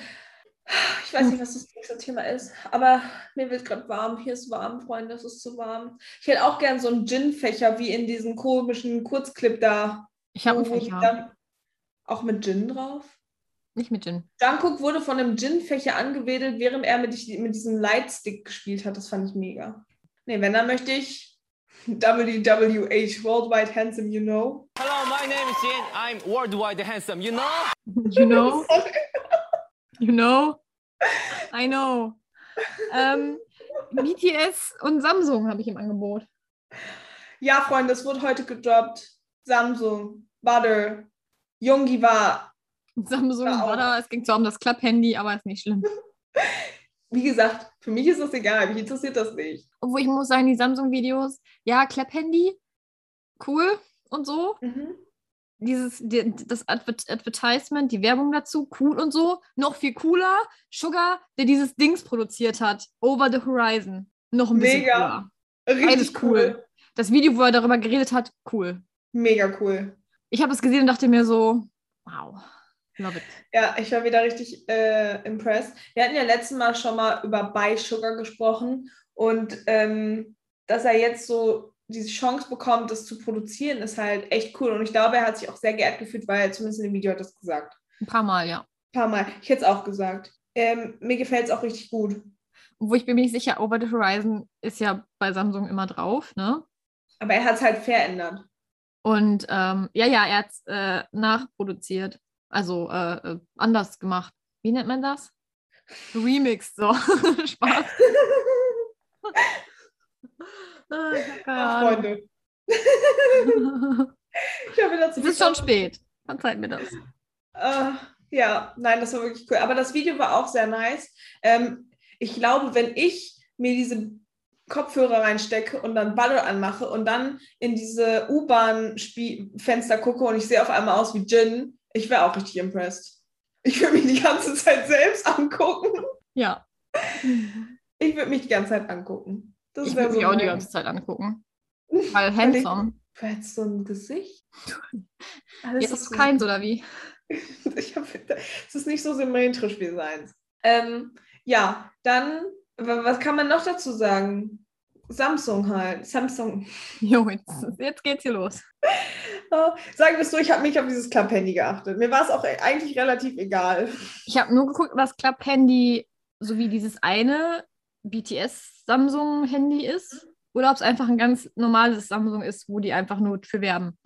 [SPEAKER 4] ich weiß nicht, was das nächste Thema ist, aber mir wird gerade warm. Hier ist warm, Freunde, es ist zu warm. Ich hätte auch gern so einen Gin-Fächer wie in diesem komischen Kurzclip da.
[SPEAKER 3] Ich habe einen
[SPEAKER 4] Wo- wo die
[SPEAKER 3] Fächer.
[SPEAKER 4] dann Oh, Auch mit Gin drauf?
[SPEAKER 3] Nicht mit Jin.
[SPEAKER 4] Jungkook wurde von einem Gin-Fächer angewedelt, während er mit, dich- mit diesem Lightstick gespielt hat. Das fand ich mega. Nee, wenn, dann möchte ich WWH, Worldwide Handsome, you know.
[SPEAKER 6] Hello, my name is Jin. I'm worldwide handsome, you know?
[SPEAKER 3] You know? You know? I know. Ähm, BTS und Samsung habe ich im Angebot.
[SPEAKER 4] Ja, Freunde, es wurde heute gedroppt. Samsung, Butter, Jungi war.
[SPEAKER 3] Samsung
[SPEAKER 4] Ja, auch.
[SPEAKER 3] war da, es ging zwar um das Club-Handy, aber ist nicht schlimm.
[SPEAKER 4] Wie gesagt, für mich ist das egal, mich interessiert das nicht.
[SPEAKER 3] Obwohl ich muss sagen, die Samsung-Videos, ja, Club-Handy, cool und so. Dieses, die, das Adver Advertisement, die Werbung dazu, cool und so. Noch viel cooler, Sugar, der dieses Dings produziert hat, Over the Horizon. Noch ein bisschen
[SPEAKER 4] Mega.
[SPEAKER 3] cooler. Beides
[SPEAKER 4] Richtig
[SPEAKER 3] cool.
[SPEAKER 4] cool.
[SPEAKER 3] Das Video, wo er darüber geredet hat, cool.
[SPEAKER 4] Mega cool.
[SPEAKER 3] Ich habe das gesehen und dachte mir so, wow, love it.
[SPEAKER 4] Ja, ich war wieder richtig äh, impressed. Wir hatten ja letztes Mal schon mal über Buy Sugar gesprochen und ähm, dass er jetzt so diese Chance bekommt, das zu produzieren, ist halt echt cool. Und ich glaube, er hat sich auch sehr geehrt gefühlt, weil zumindest in dem Video hat er das gesagt.
[SPEAKER 3] Ein paar Mal, ja.
[SPEAKER 4] Ein paar Mal. Ich hätte es auch gesagt. Ähm, mir gefällt es auch richtig gut.
[SPEAKER 3] Wo ich bin mir nicht sicher, Over the Horizon ist ja bei Samsung immer drauf, ne?
[SPEAKER 4] Aber er hat es halt verändert.
[SPEAKER 3] Und ähm, ja, ja, er hat es äh, nachproduziert. Also äh, äh, anders gemacht. Wie nennt man das? Remix, so. Spaß. Ah, ich hab keine
[SPEAKER 4] Ach,
[SPEAKER 3] Ahnung.
[SPEAKER 4] Freunde. Ich habe dazu
[SPEAKER 3] es ist schon spät. Verzeiht mir das.
[SPEAKER 4] Ah, ja, nein, das war wirklich cool. Aber das Video war auch sehr nice. Ähm, ich glaube, wenn ich mir diese Kopfhörer reinstecke und dann Butter anmache und dann in diese U-Bahn-Fenster gucke und ich sehe auf einmal aus wie Jin, ich wäre auch richtig impressed. Ich würde mich die ganze Zeit selbst angucken.
[SPEAKER 3] Ja.
[SPEAKER 4] Ich würde mich die ganze Zeit angucken. Das
[SPEAKER 3] Ich
[SPEAKER 4] wär
[SPEAKER 3] würde mich auch die
[SPEAKER 4] mein-
[SPEAKER 3] ganze Zeit angucken. Weil handsome.
[SPEAKER 4] Du hättest so ein Gesicht. Alles
[SPEAKER 3] Jetzt
[SPEAKER 4] ist
[SPEAKER 3] ist
[SPEAKER 4] so-
[SPEAKER 3] keins, oder wie?
[SPEAKER 4] Ich hab, es ist nicht so symmetrisch wie seins. Ähm, ja, dann, wa- was kann man noch dazu sagen? Samsung halt. Samsung.
[SPEAKER 3] Jo, jetzt, jetzt geht's hier los.
[SPEAKER 4] Oh, sagen wir es so, ich habe mich auf dieses Klapphandy geachtet. Mir war es auch e- eigentlich relativ egal.
[SPEAKER 3] Ich habe nur geguckt, was Club Handy sowie dieses eine BTS Samsung Handy ist oder ob es einfach ein ganz normales Samsung ist, wo die einfach nur für werben.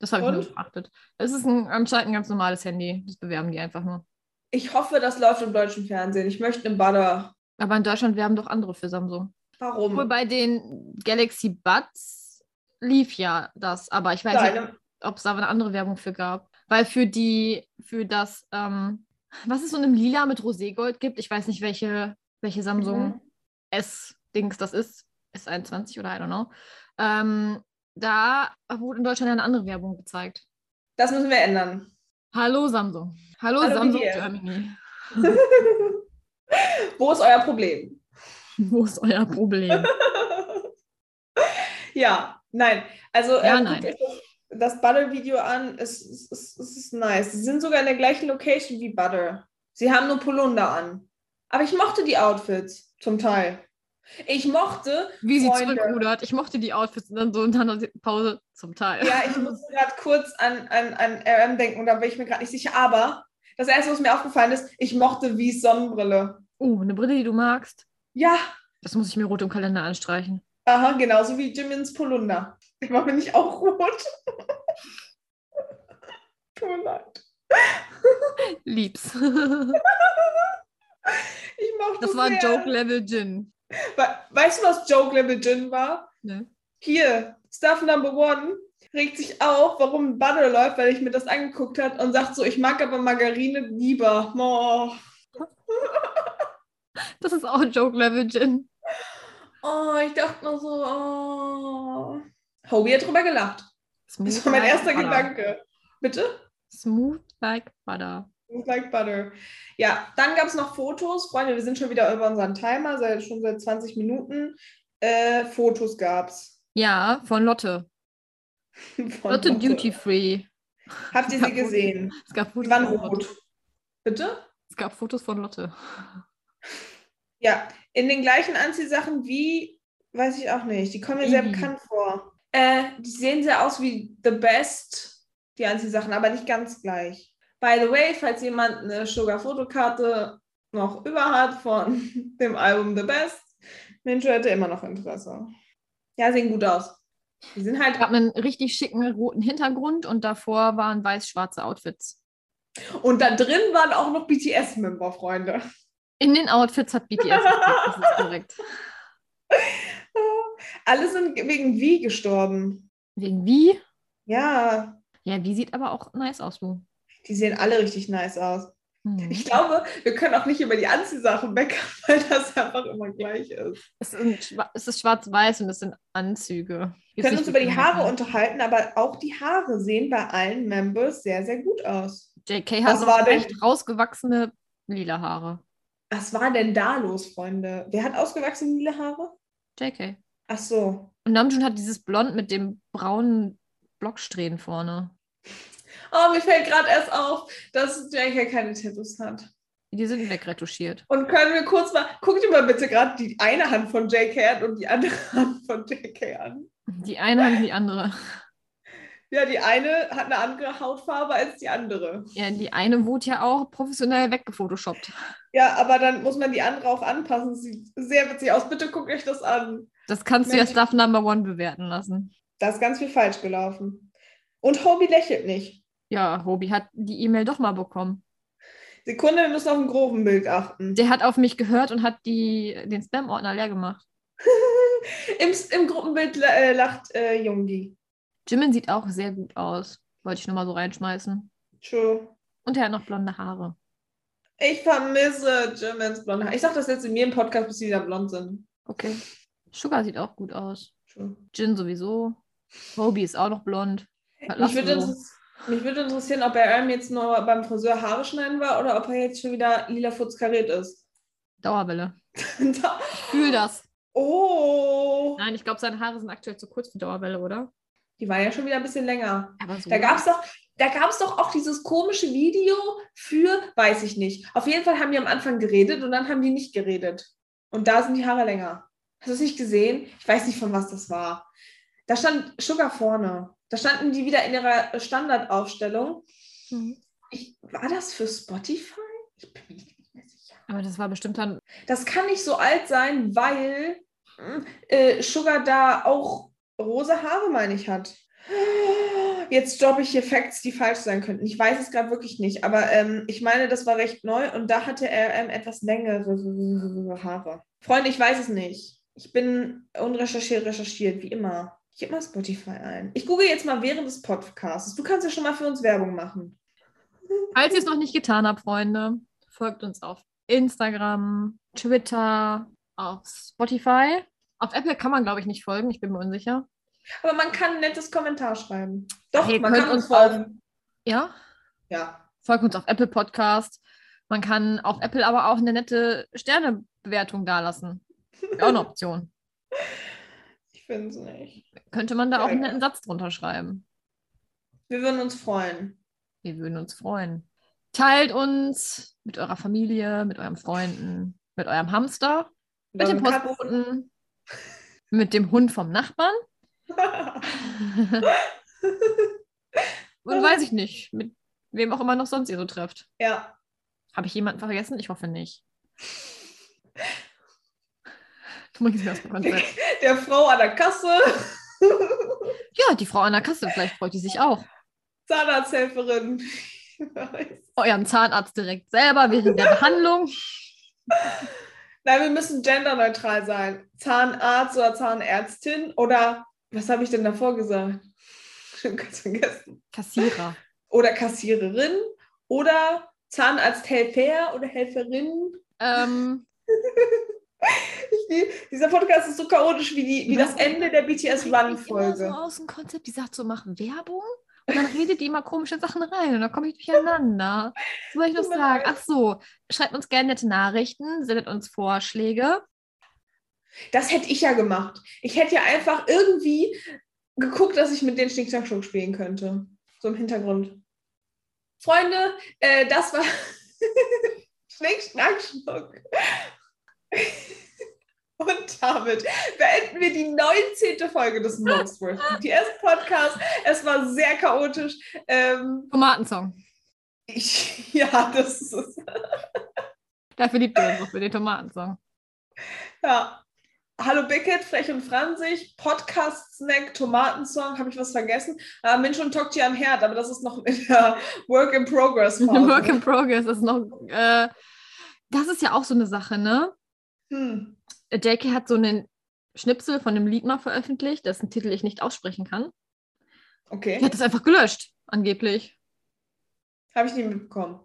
[SPEAKER 3] Das habe ich
[SPEAKER 4] Und?
[SPEAKER 3] nur beachtet. Es ist ein, anscheinend ein ganz normales Handy. Das bewerben die einfach nur.
[SPEAKER 4] Ich hoffe, das läuft im deutschen Fernsehen. Ich möchte einen Butter.
[SPEAKER 3] Aber in Deutschland werben doch andere für Samsung.
[SPEAKER 4] Warum?
[SPEAKER 3] Obwohl bei den Galaxy Buds lief ja das, aber ich weiß nicht,
[SPEAKER 4] Deine,
[SPEAKER 3] ob es da eine andere Werbung für gab. Weil für die, für das, ähm, was es so in einem Lila mit Roségold gibt. Ich weiß nicht, welche, welche Samsung
[SPEAKER 4] Mhm.
[SPEAKER 3] S-Dings das ist. S21 oder I don't know. Ähm, da wurde in Deutschland ja eine andere Werbung gezeigt.
[SPEAKER 4] Das müssen wir ändern.
[SPEAKER 3] Hallo Samsung. Hallo,
[SPEAKER 4] Hallo,
[SPEAKER 3] Samsung
[SPEAKER 4] BBL.
[SPEAKER 3] Germany.
[SPEAKER 4] Wo ist euer Problem?
[SPEAKER 3] Wo ist euer Problem?
[SPEAKER 4] ja, nein. Also
[SPEAKER 3] Ja,
[SPEAKER 4] ähm,
[SPEAKER 3] nein.
[SPEAKER 4] guckt euch das, das Butter-Video an, es, es, es, es ist nice. Sie sind sogar in der gleichen Location wie Butter. Sie haben nur Polunder an. Aber ich mochte die Outfits zum Teil. Ich mochte,
[SPEAKER 3] Wie sie
[SPEAKER 4] Freunde.
[SPEAKER 3] zurückrudert. Ich mochte die Outfits und dann so und dann Pause zum Teil.
[SPEAKER 4] ja, ich musste gerade kurz an, an, an RM denken, da bin ich mir gerade nicht sicher, aber das Erste, was mir aufgefallen ist, ich mochte Wies Sonnenbrille.
[SPEAKER 3] Oh, eine Brille, die du magst.
[SPEAKER 4] Ja,
[SPEAKER 3] Das muss ich mir rot im Kalender anstreichen.
[SPEAKER 4] aha, genauso wie Jimmins Polunder. Ich mache mir nicht auch rot. Tut mir leid.
[SPEAKER 3] Liebs.
[SPEAKER 4] Ich mochte
[SPEAKER 3] Das war
[SPEAKER 4] sehr.
[SPEAKER 3] Joke-Level Gin.
[SPEAKER 4] We weißt du, was Joke Level Gin war?
[SPEAKER 3] Ne?
[SPEAKER 4] Hier, Stuff Number One regt sich auf, warum Butter läuft, weil ich mir das angeguckt hat und sagt so, ich mag aber Margarine lieber. Oh,
[SPEAKER 3] Das ist auch Joke-Level Gin.
[SPEAKER 4] oh ich dachte nur so, oh. Howie hat drüber gelacht. Das war mein
[SPEAKER 3] like
[SPEAKER 4] erster
[SPEAKER 3] butter.
[SPEAKER 4] Gedanke. Bitte?
[SPEAKER 3] Smooth like butter.
[SPEAKER 4] Smooth Like butter. Ja, dann gab es noch Fotos. Freunde, wir sind schon wieder über unseren Timer, seit, schon seit 20 Minuten. Äh, Fotos gab es.
[SPEAKER 3] Ja, von Lotte. Lotte Duty Free.
[SPEAKER 4] Habt ihr
[SPEAKER 3] Ja,
[SPEAKER 4] sie
[SPEAKER 3] Fotos.
[SPEAKER 4] gesehen?
[SPEAKER 3] Es gab
[SPEAKER 4] Die
[SPEAKER 3] Fotos
[SPEAKER 4] waren
[SPEAKER 3] von Lotte.
[SPEAKER 4] rot. Bitte?
[SPEAKER 3] Es gab Fotos von Lotte.
[SPEAKER 4] Ja, in den gleichen Anziehsachen wie, weiß ich auch nicht, die kommen mir sehr
[SPEAKER 3] Ivy.
[SPEAKER 4] bekannt vor. Äh, die sehen sehr aus wie The Best, die Anziehsachen, aber nicht ganz gleich. By the way, falls jemand eine Sugar-Fotokarte noch über hat von dem Album The Best, Mensch hätte immer noch Interesse. Ja, sehen gut aus. Die sind halt
[SPEAKER 3] Es gab einen richtig schicken roten Hintergrund und davor waren weiß-schwarze Outfits.
[SPEAKER 4] Und da drin waren auch noch BTS-Member, Freunde.
[SPEAKER 3] In den Outfits hat BTS. gespielt, das ist korrekt.
[SPEAKER 4] Alle sind wegen wie gestorben.
[SPEAKER 3] Wegen wie?
[SPEAKER 4] Ja,
[SPEAKER 3] Ja, wie sieht aber auch nice aus, du.
[SPEAKER 4] die sehen alle richtig nice aus.
[SPEAKER 3] Hm.
[SPEAKER 4] Ich glaube, wir können auch nicht über die Anziehsachen meckern, weil das einfach immer gleich ist.
[SPEAKER 3] Es, sind, schwa- es ist schwarz-weiß und es sind Anzüge.
[SPEAKER 4] Wir können uns über die Haare unterhalten, aber auch die Haare sehen bei allen Members sehr, sehr gut aus.
[SPEAKER 3] JK
[SPEAKER 4] Was
[SPEAKER 3] hat so
[SPEAKER 4] war denn?
[SPEAKER 3] echt rausgewachsene lila Haare.
[SPEAKER 4] Was war denn da los, Freunde? Wer hat ausgewachsene lila Haare?
[SPEAKER 3] JK.
[SPEAKER 4] Ach so.
[SPEAKER 3] Und Namjoon hat dieses Blond mit dem braunen Blocksträhnen vorne.
[SPEAKER 4] Oh, mir fällt gerade erst auf, dass Jackie keine Tattoos hat.
[SPEAKER 3] Die sind wegretuschiert.
[SPEAKER 4] Und können wir kurz mal, guckt ihr mal bitte gerade die eine Hand von JK an und die andere Hand von JK an.
[SPEAKER 3] Die eine hat die andere.
[SPEAKER 4] Ja, die eine hat eine andere Hautfarbe als die andere.
[SPEAKER 3] Ja, die eine wurde ja auch professionell weggefotoshoppt.
[SPEAKER 4] Ja, aber dann muss man die andere auch anpassen. Das Sieht sehr witzig aus. Bitte guckt euch das an.
[SPEAKER 3] Das kannst du ja
[SPEAKER 4] Mensch.
[SPEAKER 3] Stuff Number One bewerten lassen.
[SPEAKER 4] Da ist ganz viel falsch gelaufen. Und Hobie lächelt nicht.
[SPEAKER 3] Ja, Hobi hat die E-Mail doch mal bekommen.
[SPEAKER 4] Sekunde, wir müssen auf ein groben Bild achten.
[SPEAKER 3] Der hat auf mich gehört und hat die, den Spam-Ordner leer gemacht.
[SPEAKER 4] Im, im Gruppenbild la- äh, lacht äh, Jungi.
[SPEAKER 3] Jimin sieht auch sehr gut aus. Wollte ich nur mal so reinschmeißen.
[SPEAKER 4] True.
[SPEAKER 3] Und er hat noch blonde Haare.
[SPEAKER 4] Ich vermisse Germans blonde Haare. Ich sag das jetzt in mir im Podcast, bis sie wieder blond sind.
[SPEAKER 3] Okay. Sugar sieht auch gut aus.
[SPEAKER 4] True.
[SPEAKER 3] Jin sowieso. Hobi ist auch noch blond. Was
[SPEAKER 4] Mich
[SPEAKER 3] lachst
[SPEAKER 4] würde,
[SPEAKER 3] du so?
[SPEAKER 4] interess- mich würde interessieren, ob er ähm, jetzt nur beim Friseur Haare schneiden war oder ob er jetzt schon wieder lila futzkariert ist.
[SPEAKER 3] Dauerwelle.
[SPEAKER 4] Da-
[SPEAKER 3] Fühl das.
[SPEAKER 4] oh!
[SPEAKER 3] Nein, ich glaube, seine Haare sind aktuell zu kurz für Dauerwelle, oder?
[SPEAKER 4] Die waren ja schon wieder ein bisschen länger.
[SPEAKER 3] Aber so.
[SPEAKER 4] Da gab es doch, da gab's doch auch dieses komische Video für, weiß ich nicht. Auf jeden Fall haben die am Anfang geredet und dann haben die nicht geredet. Und da sind die Haare länger. Hast du es nicht gesehen? Ich weiß nicht, von was das war. Da stand Sugar vorne. Da standen die wieder in ihrer Standardaufstellung.
[SPEAKER 3] Mhm.
[SPEAKER 4] Ich, war das für Spotify? Ich bin mir nicht mehr sicher.
[SPEAKER 3] Aber das war bestimmt dann.
[SPEAKER 4] Das kann nicht so alt sein, weil äh, Sugar da auch rosa Haare, meine ich, hat. Jetzt droppe ich hier Facts, die falsch sein könnten. Ich weiß es gerade wirklich nicht, aber ähm, ich meine, das war recht neu und da hatte er ähm, etwas längere Haare. Freunde, ich weiß es nicht. Ich bin unrecherchiert recherchiert, wie immer. Ich gebe mal Spotify ein. Ich google jetzt mal während des Podcasts. Du kannst ja schon mal für uns Werbung machen.
[SPEAKER 3] Falls ihr es noch nicht getan habt, Freunde, folgt uns auf Instagram, Twitter, auf Spotify. Auf Apple kann man, glaube ich, nicht folgen. Ich bin mir unsicher.
[SPEAKER 4] Aber man kann ein nettes Kommentar schreiben. Doch,
[SPEAKER 3] Hey,
[SPEAKER 4] man
[SPEAKER 3] könnt
[SPEAKER 4] kann
[SPEAKER 3] uns
[SPEAKER 4] uns folgen.
[SPEAKER 3] Ja,
[SPEAKER 4] Ja.
[SPEAKER 3] folgt uns auf Apple Podcast. Man kann auf Apple aber auch eine nette Sternebewertung dalassen. Wäre Auch eine Option.
[SPEAKER 4] Ich finde es nicht.
[SPEAKER 3] Könnte man da
[SPEAKER 4] Ja,
[SPEAKER 3] auch einen
[SPEAKER 4] ja.
[SPEAKER 3] netten Satz drunter schreiben.
[SPEAKER 4] Wir würden uns freuen.
[SPEAKER 3] Wir würden uns freuen. Teilt uns mit eurer Familie, mit euren Freunden, mit eurem Hamster, mit dem
[SPEAKER 4] Dann Katzen.
[SPEAKER 3] Postboten, mit dem Hund vom Nachbarn und weiß ich nicht, mit wem auch immer noch sonst ihr so trefft.
[SPEAKER 4] ja.
[SPEAKER 3] Habe ich jemanden vergessen? Ich hoffe nicht. Du bringst mir das Konzept.
[SPEAKER 4] Der Frau an der Kasse,
[SPEAKER 3] Ja, die Frau an der Kasse, vielleicht freut die sich auch.
[SPEAKER 4] Zahnarzthelferin.
[SPEAKER 3] Euren Zahnarzt direkt selber während der Behandlung.
[SPEAKER 4] Nein, wir müssen genderneutral sein. Zahnarzt oder Zahnärztin oder was habe ich denn davor gesagt? Schon ganz vergessen.
[SPEAKER 3] Kassierer.
[SPEAKER 4] Oder Kassiererin oder Zahnarzthelfer oder Helferin.
[SPEAKER 3] Ähm,
[SPEAKER 4] Ich lieb- Dieser Podcast ist so chaotisch wie, die, wie das Ende der BTS
[SPEAKER 3] immer so
[SPEAKER 4] Run-Folge.
[SPEAKER 3] aus dem Konzept, die sagt so, mach Werbung und dann redet die immer komische Sachen rein und dann komme ich durcheinander. Was soll ich noch
[SPEAKER 4] Tut mir
[SPEAKER 3] sagen?
[SPEAKER 4] leid.
[SPEAKER 3] Ach so, schreibt uns gerne nette Nachrichten, sendet uns Vorschläge.
[SPEAKER 4] Das hätte ich ja gemacht. Ich hätte ja einfach irgendwie geguckt, dass ich mit den schnick schnack Schnuck spielen könnte. So im Hintergrund. Freunde, äh, das war schnick schnack Schnuck. Und damit beenden wir die 19. Folge des Monksworth BTS Podcast. Es war sehr chaotisch. Ähm,
[SPEAKER 3] Tomatensong.
[SPEAKER 4] ich, ja, das ist.
[SPEAKER 3] Dafür liebt ihr uns auch für den Tomatensong.
[SPEAKER 4] Ja. Hallo Bickett, Frech und Franzig, Podcast-Snack, Tomatensong, habe ich was vergessen? Äh, Mensch und Tokti am Herd, aber das ist noch in der Work in Progress.
[SPEAKER 3] Work in Progress ist noch. Äh, das ist ja auch so eine Sache, ne?
[SPEAKER 4] hm.
[SPEAKER 3] Jackie hat so einen Schnipsel von einem Lied mal veröffentlicht, dessen Titel ich nicht aussprechen kann. Die
[SPEAKER 4] Okay,
[SPEAKER 3] hat das einfach gelöscht, angeblich.
[SPEAKER 4] habe ich nie mitbekommen.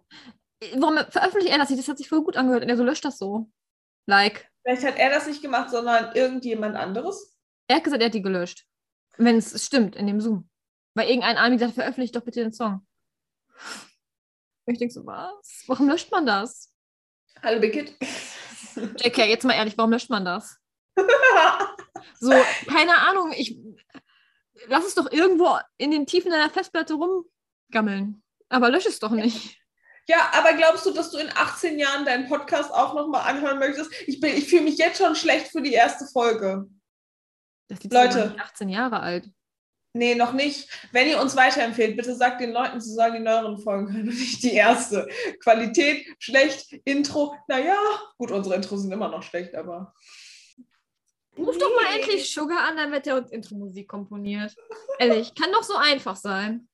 [SPEAKER 3] Warum veröffentlicht er das nicht? Das hat sich voll gut angehört und er so löscht das so. Like.
[SPEAKER 4] Vielleicht hat er das nicht gemacht, sondern irgendjemand anderes.
[SPEAKER 3] Er hat gesagt, er hat die gelöscht. Wenn es stimmt, in dem Zoom. Weil irgendein Army gesagt, veröffentlicht doch bitte den Song. Und Ich denke so, was? Warum löscht man das?
[SPEAKER 4] Hallo Bickett.
[SPEAKER 3] Jackie, jetzt mal ehrlich, warum löscht man das? So, keine Ahnung, ich lass es doch irgendwo in den Tiefen deiner Festplatte rumgammeln. Aber lösch es doch nicht.
[SPEAKER 4] ja, aber glaubst du, dass du in 18 Jahren deinen Podcast auch nochmal anhören möchtest? Ich, bin- ich fühle mich jetzt schon schlecht für die erste Folge.
[SPEAKER 3] Das Lied
[SPEAKER 4] Leute.
[SPEAKER 3] ist aber nicht 18 Jahre alt.
[SPEAKER 4] Nee, noch nicht. Wenn ihr uns weiterempfehlt, bitte sagt den Leuten, sie sollen die neueren Folgen hören und nicht die erste. Qualität schlecht, Intro, naja, gut, unsere Intros sind immer noch schlecht, aber.
[SPEAKER 3] Ruf doch mal endlich Sugar an, dann wird er uns Intro-Musik komponiert. Ehrlich, kann doch so einfach sein.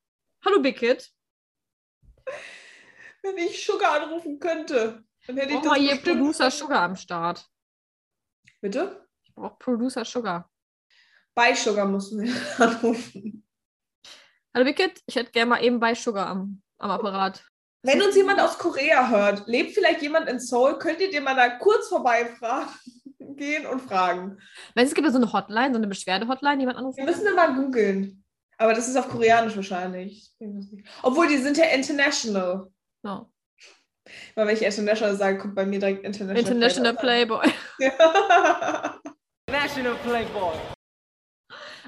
[SPEAKER 3] Hallo Bickett.
[SPEAKER 4] Wenn ich Sugar anrufen könnte, dann hätte ich
[SPEAKER 3] Brauch
[SPEAKER 4] das
[SPEAKER 3] mal hier
[SPEAKER 4] bestimmt-
[SPEAKER 3] Producer Sugar am Start.
[SPEAKER 4] Bitte?
[SPEAKER 3] Ich brauche Producer Sugar.
[SPEAKER 4] Bei Sugar mussten wir anrufen.
[SPEAKER 3] Hallo Bickett, ich hätte gerne mal eben bei Sugar am, am Apparat.
[SPEAKER 4] Wenn uns jemand aus Korea hört, lebt vielleicht jemand in Seoul, könntet ihr mal da kurz vorbeifragen gehen und fragen.
[SPEAKER 3] Weißt du, es gibt ja so eine Hotline, so eine Beschwerde-Hotline, die man
[SPEAKER 4] Wir
[SPEAKER 3] anrufen
[SPEAKER 4] müssen wir mal googeln. Aber das ist auf Koreanisch wahrscheinlich. Obwohl, die sind ja international.
[SPEAKER 3] kann.
[SPEAKER 4] Weil wenn ich International sage, kommt bei mir direkt
[SPEAKER 3] So.
[SPEAKER 4] International.
[SPEAKER 3] International Playboy.
[SPEAKER 4] Playboy.
[SPEAKER 1] National Playboy.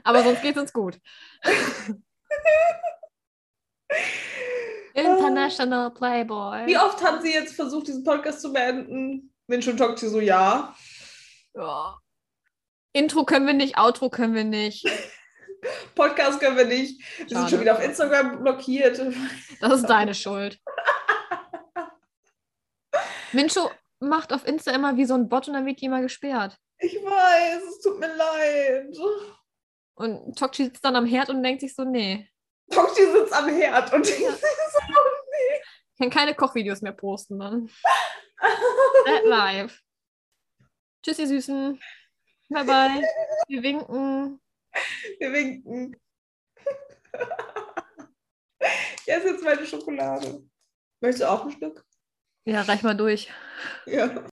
[SPEAKER 3] Aber sonst geht's uns gut. International Playboy.
[SPEAKER 4] Wie oft hat sie jetzt versucht, diesen Podcast zu beenden? Mensch und Tokti so, ja.
[SPEAKER 3] Ja. Intro können wir nicht, Outro können wir nicht.
[SPEAKER 4] Podcast können wir nicht. Wir sind
[SPEAKER 3] Schade.
[SPEAKER 4] schon wieder auf Instagram blockiert.
[SPEAKER 3] Das ist deine Schuld. Mincho macht auf Insta immer wie so ein Bot und dann wird die immer gesperrt.
[SPEAKER 4] Ich weiß, es tut mir leid.
[SPEAKER 3] Und Tokchi sitzt dann am Herd und denkt sich so, nee,
[SPEAKER 4] Tokti sitzt am Herd und denkt sich so,
[SPEAKER 3] ich kann keine Kochvideos mehr posten dann. Bad live. Tschüss, ihr Süßen. Bye bye. Wir winken.
[SPEAKER 4] wir winken. Ich esse jetzt meine Schokolade. Möchtest du auch ein Stück?
[SPEAKER 3] Ja, reich mal durch.
[SPEAKER 4] Ja.